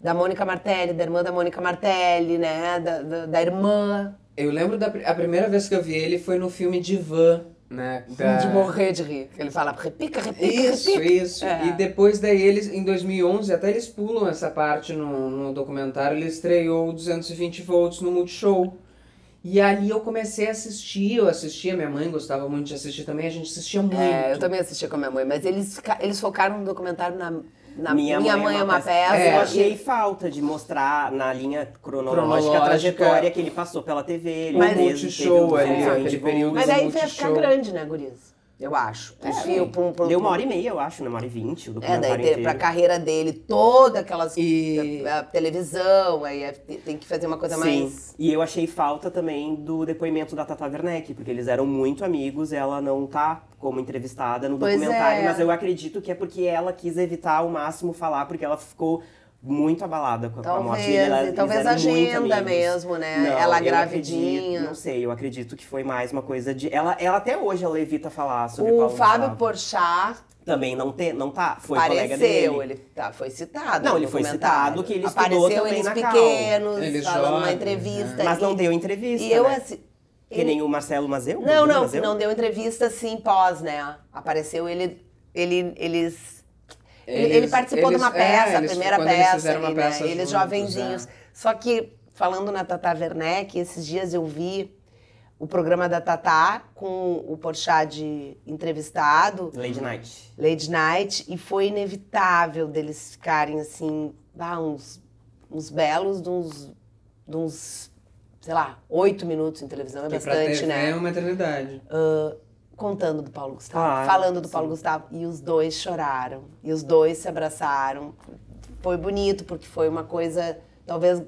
Speaker 4: da Mônica Martelli, da irmã da Mônica Martelli, né? Da, da, da irmã.
Speaker 2: Eu lembro da pri- a primeira vez que eu vi ele foi no filme Divã, né?
Speaker 3: É.
Speaker 2: da-
Speaker 4: De morrer de rir. Ele fala, repica, repica,
Speaker 2: Isso,
Speaker 4: repica.
Speaker 2: isso.
Speaker 4: É.
Speaker 2: E depois daí eles, em 2011, até eles pulam essa parte no, no documentário, ele estreou o 220 volts no Multishow. E ali eu comecei a assistir, eu assistia, minha mãe gostava muito de assistir também, a gente assistia muito.
Speaker 4: É, eu também assisti com a minha mãe, mas eles, fica- eles focaram no documentário na, na
Speaker 3: Minha, mãe, é uma peça.
Speaker 2: É.
Speaker 3: Eu achei falta de mostrar na linha cronológica,
Speaker 2: Cronológica.
Speaker 3: a trajetória que ele passou pela TV. Ele
Speaker 2: Mas-
Speaker 3: mesmo
Speaker 2: Multishow
Speaker 3: teve um
Speaker 2: ali, né?
Speaker 3: desenho
Speaker 2: aquele
Speaker 3: de
Speaker 2: período.
Speaker 4: Mas
Speaker 2: do
Speaker 4: aí vai ficar
Speaker 2: Multishow.
Speaker 4: grande, né, Guriz? Eu acho. É, Enfim, pro- pro-
Speaker 3: Deu uma hora e meia, eu acho, né? Uma hora e vinte, o
Speaker 4: É, daí
Speaker 3: documentário
Speaker 4: ter, pra
Speaker 3: inteiro.
Speaker 4: carreira dele, toda aquelas.
Speaker 2: E-
Speaker 4: A, a televisão, aí é- tem que fazer uma coisa mais.
Speaker 3: Sim, e eu achei falta também do depoimento da Tata Werneck, porque eles eram muito amigos, ela não tá como entrevistada no
Speaker 4: Pois
Speaker 3: documentário,
Speaker 4: é.
Speaker 3: mas eu acredito que é porque ela quis evitar ao máximo falar, porque ela ficou muito abalada com a, com a morte dele.
Speaker 4: Talvez,
Speaker 3: Ela-
Speaker 4: e
Speaker 3: eles
Speaker 4: talvez
Speaker 3: eram muito
Speaker 4: agenda
Speaker 3: amigos.
Speaker 4: mesmo, né?
Speaker 3: Não,
Speaker 4: Ela
Speaker 3: eu
Speaker 4: gravidinha.
Speaker 3: acredito- não sei, eu acredito que foi mais uma coisa de. Ela, ela até hoje ela evita falar sobre
Speaker 4: O
Speaker 3: Paulo
Speaker 4: Fábio
Speaker 3: Gustavo.
Speaker 4: Porchat
Speaker 3: Também não, te, não tá. Foi colega dele.
Speaker 4: apareceu, ele tá, foi citado.
Speaker 3: Não,
Speaker 4: no
Speaker 3: ele foi
Speaker 4: documentário.
Speaker 3: citado que ele estudou
Speaker 4: Apareceu
Speaker 3: também
Speaker 4: eles
Speaker 3: na Cal.
Speaker 4: pequenos,
Speaker 2: Eles
Speaker 4: falando uma
Speaker 2: jovens,
Speaker 4: entrevista.
Speaker 3: Mas não
Speaker 4: e-
Speaker 3: deu entrevista.
Speaker 4: E eu,
Speaker 3: né?
Speaker 4: assim.
Speaker 3: Que nem o Marcelo Mazeu?
Speaker 4: Não,
Speaker 3: Bruno
Speaker 4: não,
Speaker 3: Mazeu?
Speaker 4: não deu entrevista assim pós, né? Apareceu ele, ele, eles, ele, ele
Speaker 2: Eles-
Speaker 4: participou de uma
Speaker 2: eles- é,
Speaker 4: peça, a
Speaker 2: eles-
Speaker 4: primeira
Speaker 2: quando eles
Speaker 4: peça,
Speaker 2: fizeram uma
Speaker 4: ali, né?
Speaker 2: peça
Speaker 4: eles
Speaker 2: juntos,
Speaker 4: jovenzinhos.
Speaker 2: é.
Speaker 4: Só que falando na Tata Werneck, esses dias eu vi o programa da Tata com o Porchat de entrevistado.
Speaker 3: Lady Night.
Speaker 4: Lady Night e foi inevitável deles ficarem assim, ah, uns, uns belos, de uns, de uns, sei lá, oito minutos em televisão é
Speaker 2: Que pra
Speaker 4: bastante,
Speaker 2: TV É
Speaker 4: né?
Speaker 2: uma eternidade.
Speaker 4: Contando do Paulo Gustavo,
Speaker 3: Claro,
Speaker 4: falando do Paulo Gustavo e os dois choraram e os dois se abraçaram. foi bonito, porque foi uma coisa, talvez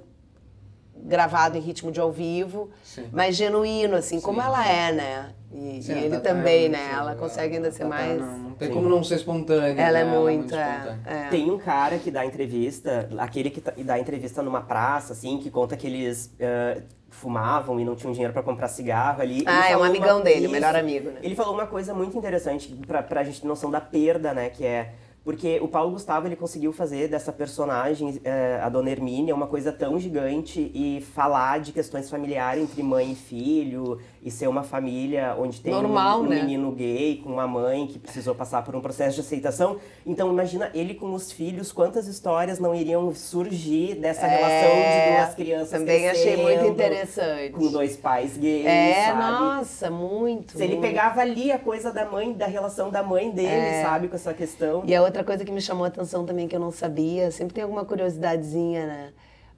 Speaker 4: gravado em ritmo de ao vivo,
Speaker 2: Sim.
Speaker 4: mas genuíno, assim, como
Speaker 2: Sim,
Speaker 4: ela
Speaker 2: sim.
Speaker 4: é, né? E,
Speaker 2: Sim,
Speaker 4: e
Speaker 2: a
Speaker 4: ele
Speaker 2: Tatá é
Speaker 4: também,
Speaker 2: muito-
Speaker 4: né? Ela consegue ainda ser
Speaker 2: Tatá
Speaker 4: mais.
Speaker 2: Não, não tem como não ser espontânea.
Speaker 4: Ela é
Speaker 2: né?
Speaker 4: muito.
Speaker 2: espontânea.
Speaker 4: é, é.
Speaker 3: Tem um cara que dá entrevista, aquele que tá- dá entrevista numa praça, assim, que conta que eles eh, fumavam e não tinham dinheiro pra comprar cigarro ali. Ele
Speaker 4: Ah, é um
Speaker 3: falou
Speaker 4: amigão dele, o
Speaker 3: Isso.
Speaker 4: melhor amigo, né?
Speaker 3: Ele falou uma coisa muito interessante pra, pra gente ter noção da perda, né? Que é. Porque o Paulo Gustavo ele conseguiu fazer dessa personagem, eh, a Dona Hermínia, uma coisa tão gigante e falar de questões familiares entre mãe e filho, e ser uma família onde tem um-
Speaker 4: Normal,
Speaker 3: um,
Speaker 4: né?
Speaker 3: menino gay com uma mãe que precisou passar por um processo de aceitação. Então imagina ele com os filhos, quantas histórias não iriam surgir dessa relação de duas crianças
Speaker 4: É, Também achei muito
Speaker 3: crescendo,
Speaker 4: interessante.
Speaker 3: com dois pais gays,
Speaker 4: é,
Speaker 3: sabe?
Speaker 4: nossa, muito.
Speaker 3: Se ele
Speaker 4: muito.
Speaker 3: pegava ali a coisa da mãe, da relação da mãe dele,
Speaker 4: É.
Speaker 3: sabe, com essa questão.
Speaker 4: E a outra coisa que me chamou a atenção também, que eu não sabia, sempre tem alguma curiosidadezinha, né?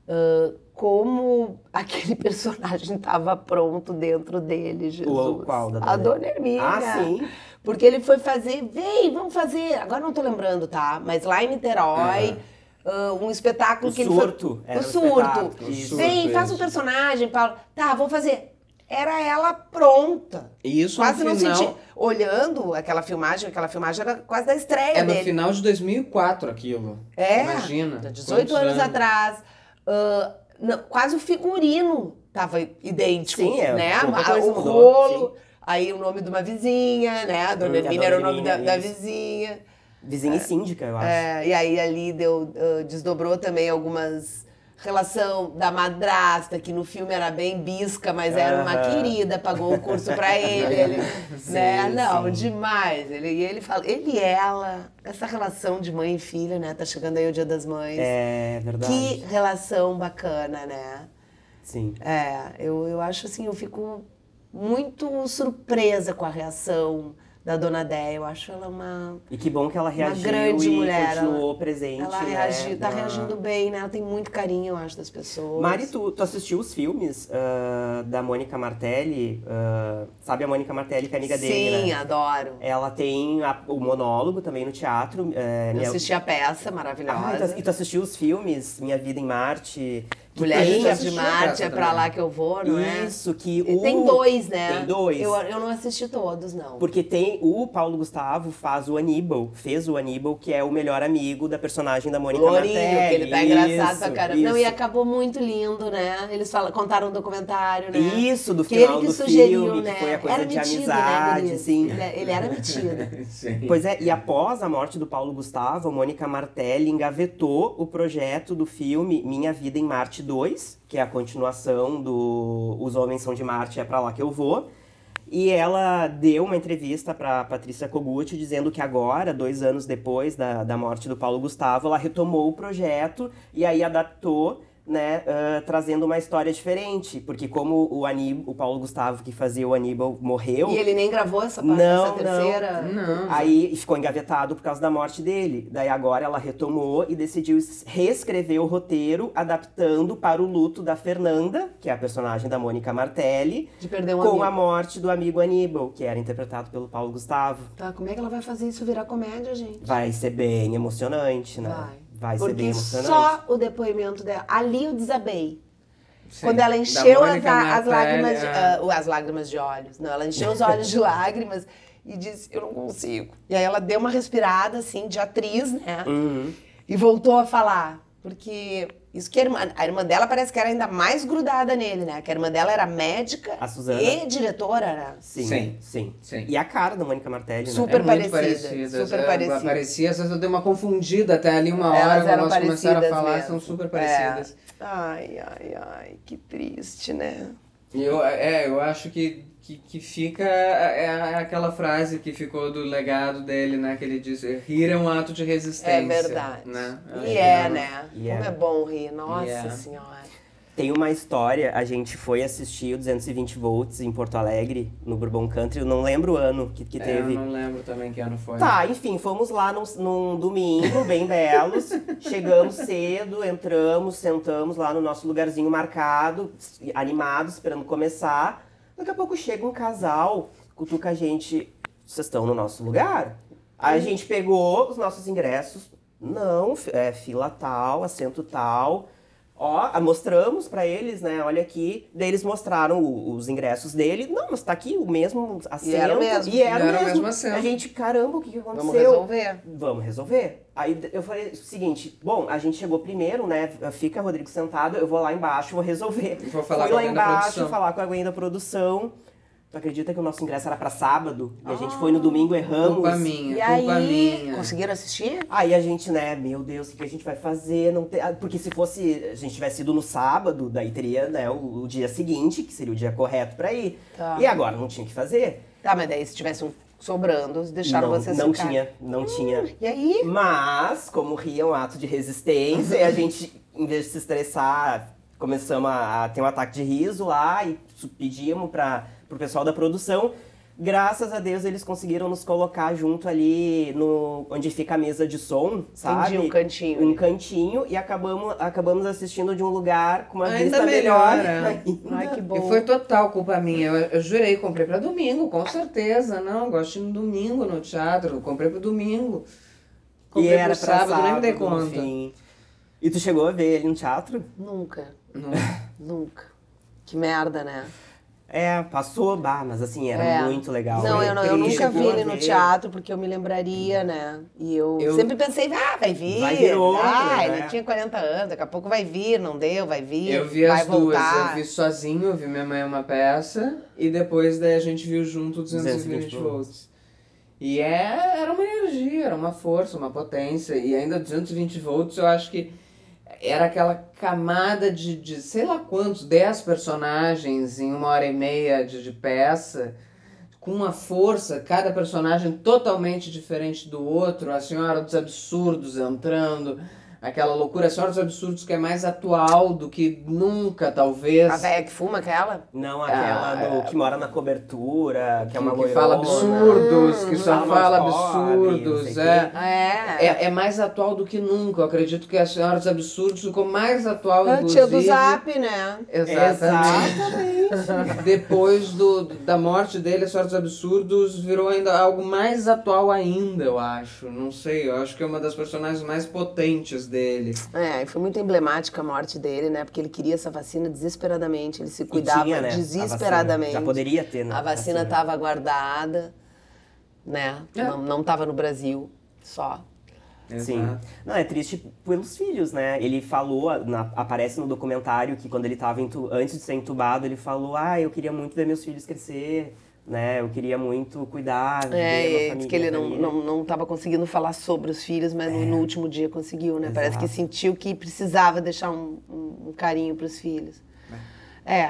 Speaker 4: Ah, como *laughs* aquele personagem estava pronto dentro dele, Jesus.
Speaker 3: qual
Speaker 2: né?
Speaker 3: da
Speaker 4: a
Speaker 3: Dona
Speaker 4: Dona Hermínia.
Speaker 3: Ah, sim.
Speaker 4: Porque ele foi fazer, vem, vamos fazer. Agora não tô lembrando, tá? Mas lá em Niterói, ah, um espetáculo
Speaker 3: O
Speaker 4: que
Speaker 3: surto,
Speaker 4: ele foi...
Speaker 3: era
Speaker 4: o
Speaker 3: um
Speaker 4: surto.
Speaker 3: espetáculo, isso.
Speaker 4: Vem,
Speaker 2: Surto,
Speaker 4: faça um
Speaker 2: isso.
Speaker 4: personagem, Paulo. Tá, vou fazer. Era ela pronta.
Speaker 2: E isso
Speaker 4: Quase
Speaker 2: no
Speaker 4: não
Speaker 2: final...
Speaker 4: senti. Olhando aquela filmagem, aquela filmagem era quase da estreia
Speaker 2: É no
Speaker 4: dele.
Speaker 2: final de 2004 aquilo.
Speaker 4: É,
Speaker 2: Imagina.
Speaker 3: Né?
Speaker 4: de
Speaker 2: quantos
Speaker 4: 18 anos, atrás. Ah, não, quase o figurino tava idêntico,
Speaker 3: Sim, é,
Speaker 4: né?
Speaker 3: pouca
Speaker 4: A-
Speaker 3: coisa
Speaker 4: o
Speaker 3: mudou,
Speaker 4: rolo, aí o nome de uma vizinha, né? A
Speaker 3: Hum,
Speaker 4: dona
Speaker 3: a
Speaker 4: Hermínia
Speaker 3: dona
Speaker 4: era o nome da,
Speaker 3: Hermínia,
Speaker 4: da
Speaker 3: isso.
Speaker 4: vizinha.
Speaker 3: Vizinha e síndica, eu acho.
Speaker 4: É, e aí ali deu, ah, desdobrou também algumas relação da madrasta, que no filme era bem bisca, mas era uma
Speaker 3: Aham.
Speaker 4: querida, pagou o curso
Speaker 3: *laughs*
Speaker 4: pra ele, ele né? Não, demais. Ele, e ele fala, ele e ela, essa relação de mãe e filha, né? Tá chegando aí o Dia das Mães.
Speaker 3: É, verdade.
Speaker 4: Que relação bacana, né?
Speaker 3: Sim.
Speaker 4: É, eu, eu acho assim, eu fico muito surpresa com a reação da Dona Déia. Eu acho ela uma.
Speaker 3: E que bom que ela reagiu
Speaker 4: grande
Speaker 3: e
Speaker 4: mulher,
Speaker 3: continuou presente.
Speaker 4: Ela
Speaker 3: né,
Speaker 4: reagiu, tá
Speaker 3: na-
Speaker 4: reagindo bem, né? Ela tem muito carinho, eu acho, das pessoas.
Speaker 3: Mari, tu, tu assistiu os filmes ah, da Mônica Martelli? ah, sabe a Mônica Martelli, que é amiga dele,
Speaker 4: Sim,
Speaker 3: né?
Speaker 4: adoro.
Speaker 3: Ela tem a- o monólogo também no teatro. eh,
Speaker 4: Eu
Speaker 3: Neo-
Speaker 4: assisti a peça
Speaker 3: Ah, e,
Speaker 4: maravilhosa.
Speaker 3: tu, e tu assistiu os filmes Minha Vida em Marte? que tem
Speaker 2: gente
Speaker 4: Mulheres de
Speaker 2: assistiu a
Speaker 4: Marte,
Speaker 2: peça
Speaker 4: é pra
Speaker 2: também.
Speaker 4: lá que eu vou, não é?
Speaker 3: Isso, que
Speaker 4: E
Speaker 3: o...
Speaker 4: Tem dois, né?
Speaker 3: Tem dois.
Speaker 4: Eu, eu não assisti todos, não.
Speaker 3: Porque tem o Paulo Gustavo faz o Aníbal, fez o Aníbal, que é o melhor amigo da personagem da Mônica
Speaker 4: Lourinho,
Speaker 3: Martelli.
Speaker 4: que ele tá engraçado
Speaker 3: Isso,
Speaker 4: pra caramba.
Speaker 3: Isso.
Speaker 4: Não, e acabou muito lindo, né? Eles fala- contaram um documentário, né?
Speaker 3: Isso, do
Speaker 4: que
Speaker 3: final
Speaker 4: ele que
Speaker 3: do
Speaker 4: sugeriu,
Speaker 3: filme,
Speaker 4: né?
Speaker 3: que foi a coisa
Speaker 4: era
Speaker 3: de
Speaker 4: metido, né,
Speaker 3: amizade,
Speaker 4: guri?
Speaker 3: sim.
Speaker 4: Ele, ele era
Speaker 2: *laughs*
Speaker 4: metido.
Speaker 2: Sim.
Speaker 3: Pois é, e após a morte do Paulo Gustavo, a Mônica Martelli engavetou o projeto do filme Minha Vida em Marte 2, que é a continuação do Os Homens São de Marte, é pra lá que eu vou. E ela deu uma entrevista pra Patrícia Kogut dizendo que agora, dois anos depois da, da morte do Paulo Gustavo, ela retomou o projeto e aí adaptou, né, ah, trazendo uma história diferente. Porque como o, Aní- o Paulo Gustavo, que fazia o Aníbal, morreu...
Speaker 4: E ele nem gravou essa, parte,
Speaker 3: Não,
Speaker 4: essa
Speaker 3: não.
Speaker 4: terceira.
Speaker 2: Ah, Não.
Speaker 4: Ah,
Speaker 3: Aí ficou engavetado por causa da morte dele. Daí agora ela retomou e decidiu es- reescrever o roteiro, adaptando para o luto da Fernanda, que é a personagem da Mônica Martelli,
Speaker 4: De perder um
Speaker 3: com
Speaker 4: amigo.
Speaker 3: a morte do amigo Aníbal, que era interpretado pelo Paulo Gustavo.
Speaker 4: Tá, como é que ela vai fazer isso virar comédia, gente?
Speaker 3: Vai ser bem emocionante, né? Vai ser
Speaker 4: Porque
Speaker 3: bem emocionante.
Speaker 4: só o depoimento dela. Ali eu desabei.
Speaker 2: Sim.
Speaker 4: Quando ela
Speaker 2: Da
Speaker 4: encheu as,
Speaker 2: Mônica
Speaker 4: a- as
Speaker 2: Martelli,
Speaker 4: lágrimas, de,
Speaker 2: é.
Speaker 4: ah, ou as lágrimas de olhos, não, ela encheu os olhos de *laughs* lágrimas e disse, eu não consigo. E aí ela deu uma respirada, assim, de atriz, né?
Speaker 3: Uhum.
Speaker 4: E voltou a falar, porque isso que a irmã, a irmã dela parece que era ainda mais grudada nele, né? Que a irmã dela era médica
Speaker 3: A Suzana.
Speaker 4: e diretora, né?
Speaker 3: Sim,
Speaker 2: Sim.
Speaker 3: sim,
Speaker 2: Sim.
Speaker 3: E a cara da Mônica Martelli,
Speaker 4: Super-
Speaker 3: né?
Speaker 2: É muito
Speaker 4: parecida, super
Speaker 2: Super
Speaker 4: parecida.
Speaker 2: parecidas. Parecia, essas eu dei uma confundida até ali uma hora,
Speaker 4: Elas
Speaker 2: quando
Speaker 4: eram
Speaker 2: elas começaram a
Speaker 4: parecidas
Speaker 2: falar,
Speaker 4: mesmo.
Speaker 2: são super parecidas.
Speaker 4: É. Ai, ai, ai, que triste, né?
Speaker 2: E Eu, é, eu acho que, que, que fica é aquela frase que ficou do legado dele, né? Que ele diz, rir é um ato de
Speaker 4: É
Speaker 2: resistência.
Speaker 4: verdade.
Speaker 2: Né? Eu acho
Speaker 4: E
Speaker 2: que
Speaker 4: é,
Speaker 2: não-
Speaker 4: né?
Speaker 3: E é.
Speaker 4: Como é bom rir, nossa
Speaker 2: E é.
Speaker 4: senhora.
Speaker 3: Tem uma história, a gente foi assistir o 220 volts em Porto Alegre, no Bourbon Country, eu não lembro o ano que, que
Speaker 2: É,
Speaker 3: teve.
Speaker 2: eu não lembro também que ano foi.
Speaker 3: Tá, enfim, fomos lá num, num domingo, bem belos. Chegamos cedo, entramos, sentamos lá no nosso lugarzinho marcado, animados, esperando começar. Daqui a pouco chega um casal, cutuca a gente. Vocês estão no nosso lugar? Aí a gente pegou os nossos ingressos, Não, é fila tal, assento tal. Ó, a- mostramos pra eles, né? Olha aqui. Daí eles mostraram o- os ingressos dele. Não, mas tá aqui o mesmo assento.
Speaker 4: era o mesmo.
Speaker 3: E era,
Speaker 2: E era o
Speaker 3: o mesmo.
Speaker 2: mesmo assento.
Speaker 3: A gente, caramba, o que, que aconteceu?
Speaker 4: Vamos resolver.
Speaker 3: Vamos resolver. Aí d- eu falei o seguinte, bom, a gente chegou primeiro, né? Fica Rodrigo sentado, eu vou lá embaixo, vou resolver.
Speaker 2: *laughs* Vou falar
Speaker 3: Fui
Speaker 2: com
Speaker 3: lá
Speaker 2: alguém da
Speaker 3: embaixo,
Speaker 2: produção.
Speaker 3: falar com alguém da produção. Tu acredita que o nosso ingresso era pra sábado? E a gente foi no domingo, erramos.
Speaker 2: Ah, Culpa minha,
Speaker 4: E
Speaker 2: culpa
Speaker 4: aí,
Speaker 2: minha.
Speaker 4: conseguiram assistir?
Speaker 3: Aí a gente, né, meu Deus, o que que a gente vai fazer? Não tem- ah, Porque se fosse, a gente tivesse ido no sábado, daí teria, né, o, o dia seguinte, que seria o dia correto pra ir.
Speaker 4: Tá.
Speaker 3: E agora, não tinha o que fazer.
Speaker 4: Tá, mas daí se tivesse um sobrando, deixaram
Speaker 3: não,
Speaker 4: vocês
Speaker 3: Não
Speaker 4: ficar.
Speaker 3: tinha, não tinha.
Speaker 4: E aí?
Speaker 3: Mas, como rir é um ato de resistência, e a gente, em vez de se estressar, começamos a, a ter um ataque de riso lá e su- pedimos para pro pessoal da produção. Graças a Deus eles conseguiram nos colocar junto ali no onde fica a mesa de som, sabe?
Speaker 4: um cantinho
Speaker 3: Um
Speaker 4: ali.
Speaker 3: cantinho e acabamos, acabamos assistindo de um lugar com uma
Speaker 2: Ainda
Speaker 3: vista
Speaker 2: melhor,
Speaker 3: melhor. *laughs*
Speaker 2: é.
Speaker 3: ainda.
Speaker 4: Ai, que bom.
Speaker 2: E foi total culpa minha. Eu, eu jurei, comprei pra domingo, com certeza. Não, gosto de ir no domingo no teatro. Comprei pro domingo.
Speaker 3: E
Speaker 2: Comprei
Speaker 3: era pra
Speaker 2: pro sábado, nem me dei
Speaker 3: sábado, no
Speaker 2: conta.
Speaker 3: fim. E tu chegou a ver ele no teatro?
Speaker 4: Nunca,
Speaker 2: *laughs* Não.
Speaker 4: nunca. Que merda, né?
Speaker 3: É, passou, bah, mas assim, era
Speaker 4: É.
Speaker 3: muito legal.
Speaker 4: Não,
Speaker 2: né?
Speaker 4: eu, não- eu
Speaker 2: Triste,
Speaker 4: nunca vi
Speaker 2: boa
Speaker 4: ele no
Speaker 3: ver.
Speaker 4: teatro, porque eu me lembraria, né? E eu,
Speaker 2: Eu-
Speaker 4: sempre pensei, ah, vai vir.
Speaker 3: Vai vir outro,
Speaker 4: ah,
Speaker 3: né?
Speaker 4: ele tinha 40 anos, daqui a pouco vai vir, não deu, vai vir.
Speaker 2: Eu vi
Speaker 4: vai
Speaker 2: as
Speaker 4: voltar.
Speaker 2: duas. Eu vi sozinho, eu vi minha mãe uma peça. E depois daí a gente viu junto 220
Speaker 3: 220
Speaker 2: volts. E é, era uma energia, era uma força, uma potência. E ainda 220 volts, eu acho que era aquela camada de, de sei lá quantos, 10 personagens em uma hora e meia de, de peça. Com uma força, cada personagem totalmente diferente do outro, a Senhora dos Absurdos entrando, aquela loucura, a Senhora dos Absurdos que é mais atual do que nunca, talvez.
Speaker 4: A velha que fuma, aquela?
Speaker 3: Não aquela
Speaker 2: Ah,
Speaker 3: do, que mora na cobertura, que é uma
Speaker 2: que,
Speaker 3: loirona.
Speaker 2: fala absurdos, que só
Speaker 3: Fala
Speaker 2: fala
Speaker 3: mais pobre, não
Speaker 2: absurdos.
Speaker 3: sei
Speaker 2: É.
Speaker 4: É.
Speaker 2: É, é mais atual do que nunca. Eu acredito que a Senhora dos Absurdos ficou mais atual,
Speaker 4: A tia do
Speaker 2: inclusive.
Speaker 4: Zap, né?
Speaker 2: Exatamente. Depois do, da morte dele, a Senhora dos Absurdos virou ainda algo mais atual ainda, eu acho. Não sei, eu acho que é uma das personagens mais potentes dele.
Speaker 4: É, e foi muito emblemática a morte dele, né? Porque ele queria essa vacina desesperadamente, ele se
Speaker 3: E
Speaker 4: cuidava
Speaker 3: tinha, né, a vacina.
Speaker 4: desesperadamente.
Speaker 3: Já poderia ter, né?
Speaker 4: A vacina estava guardada, né?
Speaker 2: É.
Speaker 4: Não, não tava no Brasil só.
Speaker 3: Sim. Não, é triste pelos filhos, né? Ele falou, na- aparece no documentário que quando ele tava intu- antes de ser entubado, ele falou: Ah, eu queria muito ver meus filhos crescer, né? Eu queria muito cuidar. viver
Speaker 4: É,
Speaker 3: uma
Speaker 4: e diz
Speaker 3: família,
Speaker 4: que ele não,
Speaker 3: família."
Speaker 4: não, não tava conseguindo falar sobre os filhos, mas no, no último dia conseguiu, né? Parece que
Speaker 3: É. Exato.
Speaker 4: sentiu que precisava deixar um, um- um carinho para os filhos. É,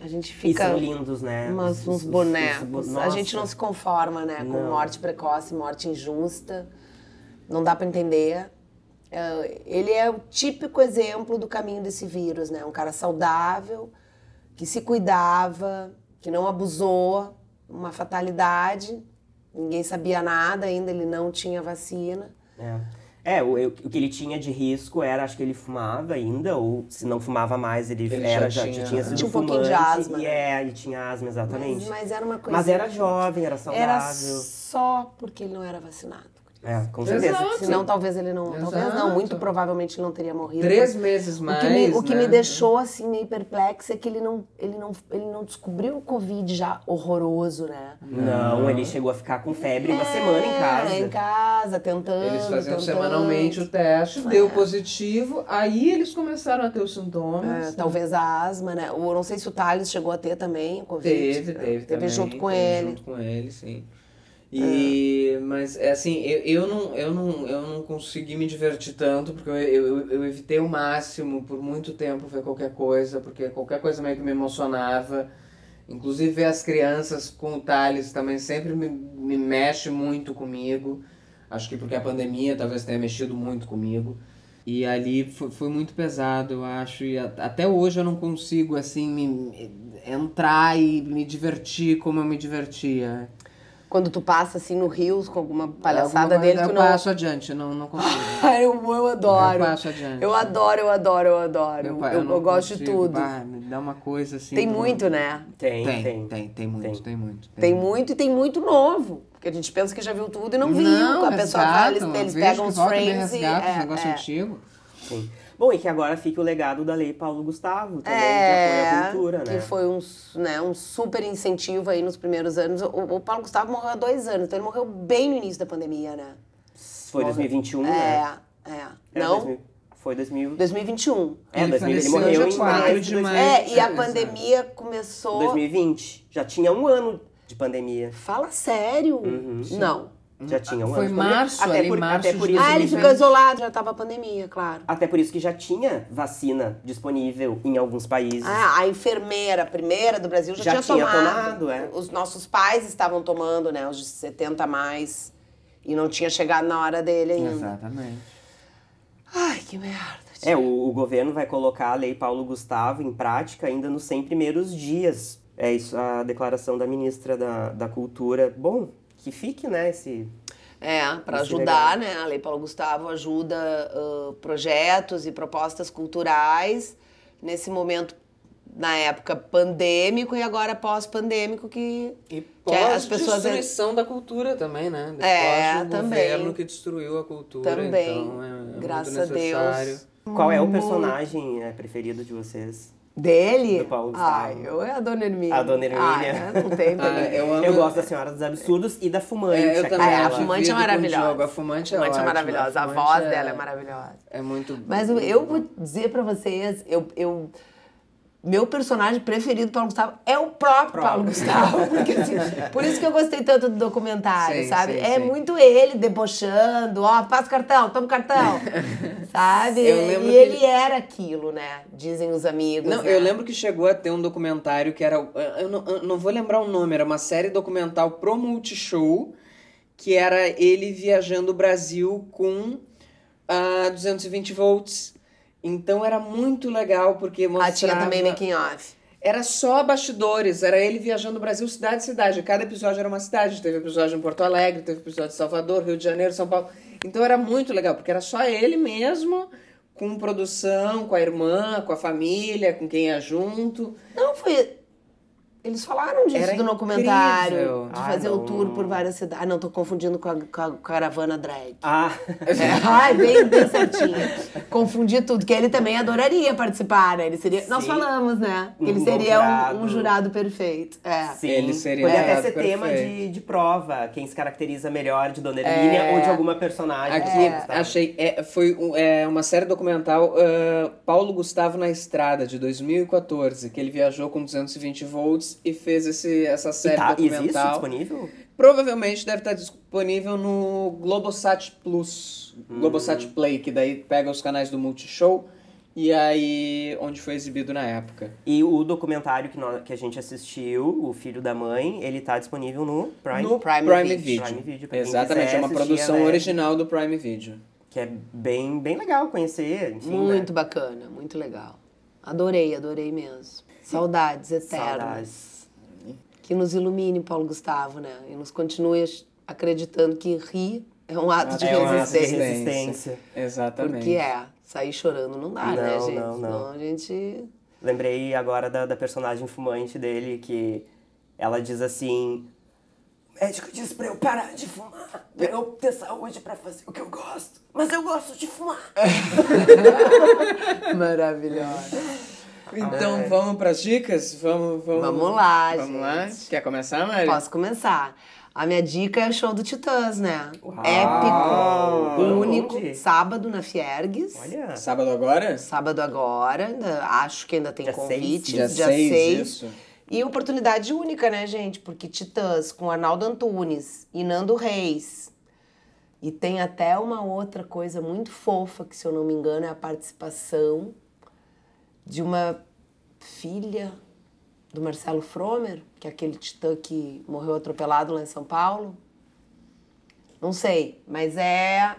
Speaker 4: a gente
Speaker 3: E
Speaker 4: fica...
Speaker 3: são lindos, né?
Speaker 4: Mas
Speaker 3: Os-
Speaker 4: uns
Speaker 3: os- os-
Speaker 4: bonecos.
Speaker 3: os-
Speaker 4: a gente não
Speaker 3: Nossa.
Speaker 4: se conforma, né? Com
Speaker 3: Não.
Speaker 4: morte precoce, morte injusta. Não dá pra entender. É, ele é o típico exemplo do caminho desse vírus, né? Um cara saudável, que se cuidava, que não abusou, uma fatalidade. Ninguém sabia nada ainda, ele não tinha vacina.
Speaker 3: É, é o, eu- o que ele tinha de risco era, acho que ele fumava ainda, ou se não fumava mais, ele,
Speaker 2: Ele
Speaker 3: era,
Speaker 2: já
Speaker 3: já,
Speaker 2: tinha- né?
Speaker 3: já tinha sido
Speaker 4: Tinha um
Speaker 3: fumante.
Speaker 4: pouquinho de asma,
Speaker 3: E
Speaker 4: né?
Speaker 3: é, e tinha asma, exatamente.
Speaker 4: Mas,
Speaker 3: Mas,
Speaker 4: mas era uma coisa.
Speaker 3: era jovem, era saudável.
Speaker 4: Era só porque ele não era vacinado.
Speaker 3: É, com
Speaker 2: Exato.
Speaker 3: certeza.
Speaker 4: Senão talvez ele não. Talvez
Speaker 2: Exato.
Speaker 4: não, muito provavelmente ele não teria morrido.
Speaker 2: Três meses
Speaker 4: O
Speaker 2: mais.
Speaker 4: que, me, o que
Speaker 2: né?
Speaker 4: me deixou assim meio perplexa é que ele não, ele não, ele não descobriu o Covid já horroroso, né?
Speaker 3: Não, ele chegou a ficar com febre uma semana em casa.
Speaker 4: É, em casa, tentando.
Speaker 2: Eles faziam
Speaker 4: tentando.
Speaker 2: semanalmente o teste, deu positivo, aí eles começaram a ter os
Speaker 4: É,
Speaker 2: sintomas.
Speaker 4: talvez a asma, né? Ou eu não sei se o Thales chegou a ter também o Covid.
Speaker 2: Teve,
Speaker 4: né?
Speaker 2: teve também.
Speaker 4: junto com
Speaker 2: teve
Speaker 4: ele. Ah.
Speaker 2: Junto com ele, sim. E, mas é assim, eu, eu, não, eu, não, eu não consegui me divertir tanto, porque eu, eu, eu evitei o máximo por muito tempo ver qualquer coisa, porque qualquer coisa meio que me emocionava. Inclusive ver as crianças com o Thales também sempre me, me mexe muito comigo. Acho que porque a pandemia talvez tenha mexido muito comigo. E ali foi, foi muito pesado, eu acho. E a- até hoje eu não consigo, assim, me, me- entrar e me divertir como eu me divertia.
Speaker 4: Quando tu passa assim no Rio com alguma
Speaker 2: Alguma
Speaker 4: palhaçada
Speaker 2: coisa
Speaker 4: dele,
Speaker 2: eu
Speaker 4: tu não.
Speaker 2: passo adiante, não, não consigo.
Speaker 4: Ah, eu, eu adoro.
Speaker 2: Eu passo adiante.
Speaker 4: Eu adoro, eu adoro, eu adoro. Ah, Eu,
Speaker 2: pa-
Speaker 4: eu
Speaker 2: não
Speaker 4: gosto de
Speaker 2: consigo.
Speaker 4: tudo.
Speaker 2: Bah, me dá uma coisa assim.
Speaker 4: tem
Speaker 2: do-
Speaker 4: muito, né?
Speaker 3: Tem,
Speaker 2: Tem, tem,
Speaker 3: tem.
Speaker 2: tem, muito, tem,
Speaker 3: Tem.
Speaker 2: muito.
Speaker 4: Tem muito e tem muito novo. Porque a gente pensa que já viu tudo e não, viu. A pessoa
Speaker 2: exato,
Speaker 4: fala, eles,
Speaker 2: eu
Speaker 4: eles
Speaker 2: vejo
Speaker 4: pegam
Speaker 2: que
Speaker 4: os
Speaker 2: volta e me
Speaker 4: frames e.
Speaker 2: resgata os
Speaker 4: é,
Speaker 2: negócio
Speaker 4: é.
Speaker 2: antigo.
Speaker 3: Sim. Bom, e que agora fica o legado da Lei Paulo Gustavo também, que apoia a cultura,
Speaker 4: É, que
Speaker 3: né?
Speaker 4: foi um, su- né, um super incentivo aí nos primeiros anos. O, o Paulo Gustavo morreu há dois anos, então ele morreu bem no início da pandemia, né?
Speaker 3: Foi 2021, né?
Speaker 4: É, é.
Speaker 3: Era
Speaker 4: Não?
Speaker 3: 2000 Foi 2000.
Speaker 4: 2021.
Speaker 3: É,
Speaker 2: Ele
Speaker 3: 2000, ele
Speaker 2: faleceu
Speaker 3: morreu
Speaker 2: dia
Speaker 3: em
Speaker 2: 4
Speaker 3: maio
Speaker 2: um. de
Speaker 3: de 2000.
Speaker 2: maio.
Speaker 4: É, e a
Speaker 2: Exato.
Speaker 4: pandemia começou.
Speaker 3: 2020. Já tinha um ano de pandemia.
Speaker 4: Fala sério?
Speaker 2: Uhum,
Speaker 4: Não.
Speaker 3: Já tinha um
Speaker 2: Hum. Foi
Speaker 3: ano. de pandemia.
Speaker 2: março,
Speaker 3: até
Speaker 2: ali,
Speaker 3: por,
Speaker 2: março
Speaker 3: até por
Speaker 2: de
Speaker 3: isso
Speaker 4: Ah, ele
Speaker 3: que-
Speaker 4: ficou isolado, já tava a pandemia, claro.
Speaker 3: Até por isso que já tinha vacina disponível em alguns países.
Speaker 4: Ah, a enfermeira, a primeira do Brasil já,
Speaker 3: Já
Speaker 4: tinha,
Speaker 3: tinha
Speaker 4: tomado.
Speaker 3: tomado, é.
Speaker 4: Os nossos pais estavam tomando, né? Os de 70 a mais. E não tinha chegado na hora dele ainda.
Speaker 2: Exatamente.
Speaker 4: Ai, que merda.
Speaker 3: É, o, o governo vai colocar a Lei Paulo Gustavo em prática ainda nos 100 primeiros dias. É isso, a declaração da ministra da, da Cultura. Bom, que fique, né, esse...
Speaker 4: É, para
Speaker 3: Isso é
Speaker 4: ajudar, né? A Lei Paulo Gustavo ajuda ah, projetos e propostas culturais nesse momento, na época pandêmico e agora pós-pandêmico, que
Speaker 2: E
Speaker 4: Que é, as pessoas-
Speaker 2: pós-destruição da cultura também, né? Depois
Speaker 4: É,
Speaker 2: o
Speaker 4: também.
Speaker 2: governo que destruiu a cultura,
Speaker 4: Também.
Speaker 2: então é, é
Speaker 4: Graças a
Speaker 2: muito necessário.
Speaker 4: Deus.
Speaker 3: Qual
Speaker 2: Hum,
Speaker 3: é o personagem é, preferido de vocês?
Speaker 4: Dele?
Speaker 3: Do Paulo
Speaker 4: é Ai,
Speaker 3: Gustavo.
Speaker 4: eu é a Dona Hermínia.
Speaker 3: A Dona Hermínia.
Speaker 4: Ai, né? não tem pra
Speaker 2: Ah,
Speaker 4: mim.
Speaker 2: eu amo-
Speaker 3: Eu gosto da Senhora dos Absurdos e da Fumante.
Speaker 2: É, eu
Speaker 3: aquela.
Speaker 2: também.
Speaker 4: Ah, é, a
Speaker 2: ela
Speaker 4: fumante é
Speaker 2: vive com
Speaker 4: maravilhosa.
Speaker 2: Diogo, a fumante é
Speaker 4: Fumante
Speaker 2: ótima,
Speaker 4: maravilhosa.
Speaker 2: a
Speaker 4: A,
Speaker 2: fumante
Speaker 4: voz
Speaker 2: é-
Speaker 4: dela é maravilhosa.
Speaker 2: É muito
Speaker 4: Mas eu- eu vou dizer pra vocês, eu, eu- meu personagem preferido do Paulo Gustavo é o próprio Paulo Gustavo. *laughs* porque, assim, por isso que eu gostei tanto do documentário,
Speaker 2: Sim,
Speaker 4: sabe?
Speaker 2: sim,
Speaker 4: é
Speaker 2: sim.
Speaker 4: muito ele debochando, ó, passa o cartão, toma o
Speaker 2: *laughs*
Speaker 4: cartão, sabe?
Speaker 2: Eu lembro
Speaker 4: e
Speaker 2: que
Speaker 4: ele
Speaker 2: ele-
Speaker 4: era aquilo, né? Dizem os amigos.
Speaker 2: Não,
Speaker 4: né?
Speaker 2: eu lembro que chegou a ter um documentário que era. Eu não, eu não vou lembrar o nome, era uma série documental pro Multishow, que era ele viajando o Brasil com ah, 220 volts. Então era muito legal, porque
Speaker 4: Ah,
Speaker 2: mostrava...
Speaker 4: tinha também making off.
Speaker 2: Era só bastidores, era ele viajando o Brasil cidade a cidade. Cada episódio era uma cidade. Teve episódio em Porto Alegre, teve episódio em Salvador, Rio de Janeiro, São Paulo. Então era muito legal, porque era só ele mesmo, com produção, com a irmã, com a família, com quem ia
Speaker 3: *laughs*
Speaker 2: junto.
Speaker 4: Não, foi. Eles falaram disso
Speaker 2: Era
Speaker 4: no documentário.
Speaker 2: incrível.
Speaker 4: De
Speaker 3: Ah,
Speaker 4: fazer o
Speaker 3: não.
Speaker 4: tour por várias cidades. Ah, não, tô confundindo com a, com a caravana drag.
Speaker 3: Ah,
Speaker 4: É, ai, bem, bem certinho. Confundi tudo, que ele também adoraria participar, né? Ele seria. Nós
Speaker 3: Sim.
Speaker 4: falamos, né? Que ele
Speaker 3: Um bom
Speaker 4: seria um- um,
Speaker 3: jurado.
Speaker 4: jurado perfeito. É.
Speaker 3: sim.
Speaker 2: Ele seria
Speaker 3: Podia
Speaker 2: um
Speaker 3: até
Speaker 2: jurado
Speaker 3: ser tema
Speaker 2: perfeito. É.
Speaker 3: de, de prova. Quem se caracteriza melhor de Dona Hermínia ou de alguma personagem. assim,
Speaker 2: Aqui,
Speaker 3: do Gustavo.
Speaker 2: achei. é, foi um- é, uma série documental ah, Paulo Gustavo na Estrada, de 2014, que ele viajou com 220 volts e fez esse, essa
Speaker 3: E
Speaker 2: série
Speaker 3: tá, existe
Speaker 2: documental.
Speaker 3: disponível?
Speaker 2: Provavelmente deve estar disponível no Globosat Plus, Globosat Play, que daí pega os canais do Multishow e aí onde foi exibido na época.
Speaker 3: E o documentário que, nós, que a gente assistiu, O Filho da Mãe, ele tá disponível no Prime.
Speaker 2: no
Speaker 4: Prime
Speaker 2: Video.
Speaker 4: Video.
Speaker 3: Prime Video, pra quem
Speaker 2: Exatamente,
Speaker 3: quiser
Speaker 2: é uma
Speaker 3: assistir,
Speaker 2: produção
Speaker 3: né?
Speaker 2: original do Prime Video.
Speaker 3: Que é bem, bem legal conhecer. Enfim, né?
Speaker 4: Muito bacana, muito legal. Adorei, adorei mesmo. Saudades eternas.
Speaker 3: Saudades.
Speaker 4: Que nos ilumine, Paulo Gustavo, né? E nos continue ach- acreditando que rir é um ato de
Speaker 2: É um ato de
Speaker 4: resistência.
Speaker 2: resistência.
Speaker 3: resistência.
Speaker 2: Exatamente.
Speaker 4: Porque é, sair chorando não dá, né,
Speaker 3: Não,
Speaker 4: gente?
Speaker 3: não, não.
Speaker 4: Senão a gente. *laughs*
Speaker 3: Lembrei agora da, da personagem fumante dele, que ela diz assim... O médico disse pra eu parar de fumar, pra eu ter saúde pra fazer o que eu gosto. Mas eu gosto de fumar.
Speaker 2: É.
Speaker 3: *laughs*
Speaker 4: Maravilhosa.
Speaker 2: Então vamos pras dicas? Vamos, vamos.
Speaker 4: É. Vamos lá,
Speaker 2: Vamos
Speaker 4: gente.
Speaker 2: lá. Quer começar, Mari?
Speaker 4: Posso começar? A minha dica é o show do Titãs, né?
Speaker 3: Uau!
Speaker 4: Épico, único,
Speaker 3: Onde?
Speaker 4: sábado na Fiergues.
Speaker 3: Olha,
Speaker 2: Sábado agora?
Speaker 4: Sábado agora, ainda- acho que ainda tem
Speaker 3: Dia seis.
Speaker 4: convite.
Speaker 2: Dia seis, isso.
Speaker 4: E oportunidade única, né, gente? Porque Titãs com Arnaldo Antunes e Nando Reis. E tem até uma outra coisa muito fofa, que se eu não me engano é a participação de uma filha do Marcelo Fromer, que é aquele titã que morreu atropelado lá em São Paulo. Não sei, mas é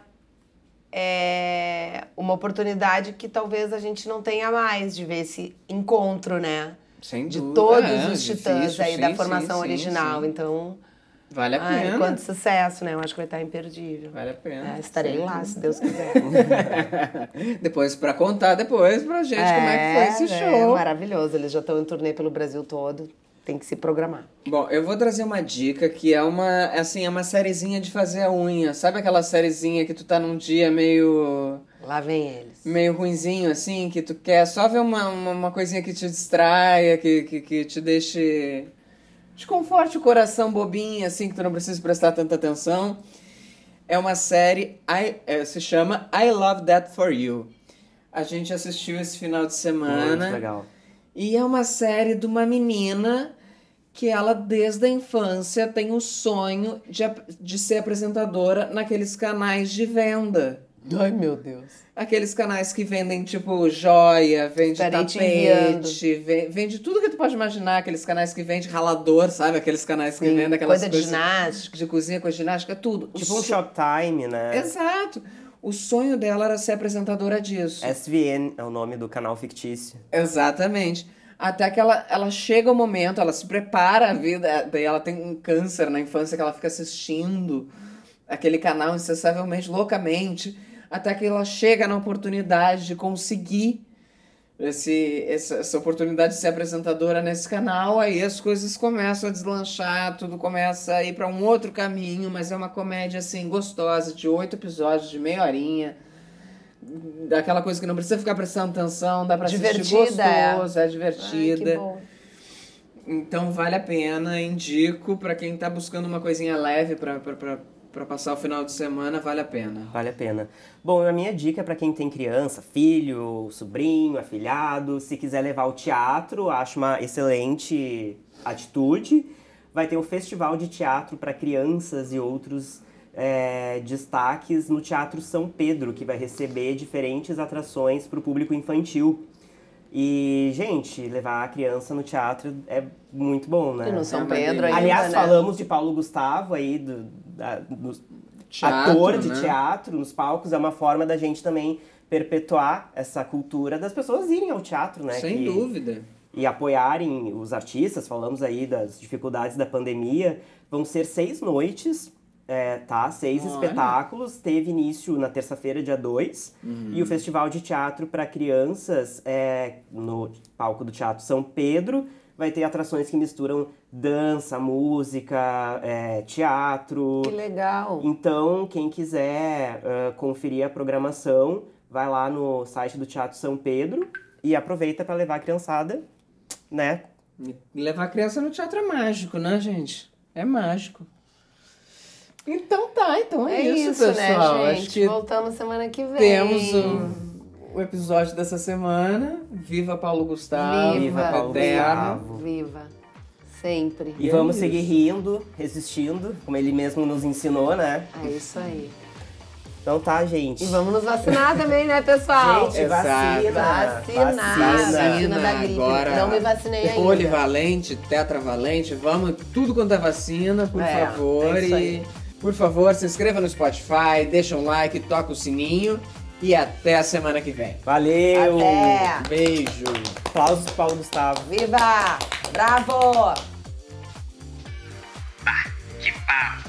Speaker 4: é uma oportunidade que talvez a gente não tenha mais de ver esse encontro, né?
Speaker 2: Sem
Speaker 4: de
Speaker 2: dúvida.
Speaker 4: todos
Speaker 2: É,
Speaker 4: os
Speaker 2: difícil,
Speaker 4: titãs aí da
Speaker 2: sim,
Speaker 4: formação
Speaker 2: sim, sim,
Speaker 4: original.
Speaker 2: sim.
Speaker 4: Então,
Speaker 2: Vale a
Speaker 4: Ai,
Speaker 2: pena.
Speaker 4: quanto sucesso, né? Eu acho que vai estar imperdível.
Speaker 2: Vale a pena.
Speaker 4: É, estarei lá, se Deus quiser.
Speaker 2: *laughs* depois, pra contar depois pra gente como é que foi esse
Speaker 4: É
Speaker 2: show.
Speaker 4: maravilhoso. Eles já estão em turnê pelo Brasil todo. Tem que se programar.
Speaker 2: Bom, eu vou trazer uma dica que é uma, assim, é uma sériezinha de fazer a unha. Sabe aquela sériezinha que tu tá num dia meio
Speaker 4: Lá vem eles.
Speaker 2: meio ruinzinho, assim, que tu quer só ver uma, uma, uma coisinha que te distraia, que, que, que te deixe. Desconforte o coração bobinho, assim, que tu não precisa prestar tanta atenção. É uma série, I- eh, se chama I Love That For You. A gente assistiu esse final de semana.
Speaker 3: Muito legal.
Speaker 2: E é uma série de uma menina que ela, desde a infância, tem o sonho de, ap- de ser apresentadora naqueles canais de venda.
Speaker 4: Ai, meu Deus.
Speaker 2: Aqueles canais que vendem, tipo, joia, vende
Speaker 4: Estarei te
Speaker 2: tapete, ve- vende tudo que tu pode imaginar. Aqueles canais que vende ralador, sabe? Aqueles canais que vendem Tá aquelas
Speaker 4: Coisa de
Speaker 2: coisas
Speaker 4: ginástica.
Speaker 2: de cozinha, coisa de ginástica, tudo. O
Speaker 3: Tipo um
Speaker 2: so- É.
Speaker 3: Showtime, né?
Speaker 2: Exato. O sonho dela era ser apresentadora disso.
Speaker 3: SVN é o nome do canal fictício.
Speaker 2: Exatamente. Até que ela, ela chega o momento, ela se prepara a vida, daí ela tem um câncer na infância que ela fica assistindo aquele canal incessavelmente, loucamente, até que ela chega na oportunidade de conseguir esse, essa, essa oportunidade de ser apresentadora nesse canal, aí as coisas começam a deslanchar, tudo começa a ir para um outro caminho, mas é uma comédia assim gostosa, de oito episódios, de meia horinha. Daquela coisa que não precisa ficar prestando atenção, dá pra assistir
Speaker 4: Divertida, é.
Speaker 2: gostoso, é,
Speaker 4: Ai,
Speaker 2: divertida.
Speaker 4: que bom.
Speaker 2: Então vale a pena, indico pra quem tá buscando uma coisinha leve pra, pra, pra, pra passar o final de semana, vale a pena.
Speaker 3: Vale a pena. Bom, a minha dica é pra quem tem criança, filho, sobrinho, afilhado, se quiser levar ao teatro, acho uma excelente atitude. Vai ter um festival de teatro para crianças e outros é, destaques no Teatro São Pedro, que vai receber diferentes atrações para o público infantil. E, gente, levar a criança no teatro é muito bom, né?
Speaker 4: E no São
Speaker 2: É uma
Speaker 4: Pedro
Speaker 2: delícia.
Speaker 4: ainda,
Speaker 3: Aliás,
Speaker 4: né?
Speaker 3: falamos de Paulo Gustavo aí, do, da- do-
Speaker 2: Teatro,
Speaker 3: ator de
Speaker 2: né?
Speaker 3: teatro nos palcos, é uma forma da gente também perpetuar essa cultura das pessoas irem ao teatro, né?
Speaker 2: Sem
Speaker 3: que-
Speaker 2: dúvida.
Speaker 3: E apoiarem os artistas, falamos aí das dificuldades da pandemia. Vão ser seis noites, é, tá? Seis
Speaker 2: Olha.
Speaker 3: espetáculos. Teve início na terça-feira, dia 2.
Speaker 4: Uhum.
Speaker 3: E o Festival de Teatro para Crianças é no palco do Teatro São Pedro. Vai ter atrações que misturam dança, música, é, teatro.
Speaker 4: Que legal.
Speaker 3: Então, quem quiser ah, conferir a programação, vai lá no site do Teatro São Pedro e aproveita para levar a criançada, né?
Speaker 2: E levar a criança no teatro é mágico, né, gente? É mágico. Então tá, então é,
Speaker 4: É isso,
Speaker 2: pessoal.
Speaker 4: né, gente?
Speaker 2: Acho que
Speaker 4: Voltamos semana que vem.
Speaker 2: temos o, o episódio dessa semana. Viva Paulo Gustavo.
Speaker 4: Viva
Speaker 3: Viva Paulo
Speaker 2: Eterno.
Speaker 3: Gustavo.
Speaker 4: Viva. Sempre.
Speaker 3: E
Speaker 2: é
Speaker 3: vamos
Speaker 2: isso.
Speaker 3: seguir rindo, resistindo, como ele mesmo nos ensinou, né?
Speaker 4: É isso aí.
Speaker 3: Então tá, gente.
Speaker 4: E vamos nos vacinar também, né, pessoal?
Speaker 3: Gente,
Speaker 2: Exato.
Speaker 3: vacina!
Speaker 4: Vacinar. Vacina da gripe.
Speaker 2: agora.
Speaker 4: Não me vacinei É ainda.
Speaker 2: Polivalente, tetravalente, vamos tudo quanto é vacina, por
Speaker 4: É,
Speaker 2: favor.
Speaker 4: é isso
Speaker 2: e,
Speaker 4: aí.
Speaker 2: por favor, se inscreva no Spotify, deixa um like, toca o sininho e até a semana que vem.
Speaker 3: Valeu!
Speaker 4: Até.
Speaker 2: Beijo.
Speaker 3: Aplausos pro Paulo Gustavo.
Speaker 4: Viva! Bravo!
Speaker 1: Bah, que papo!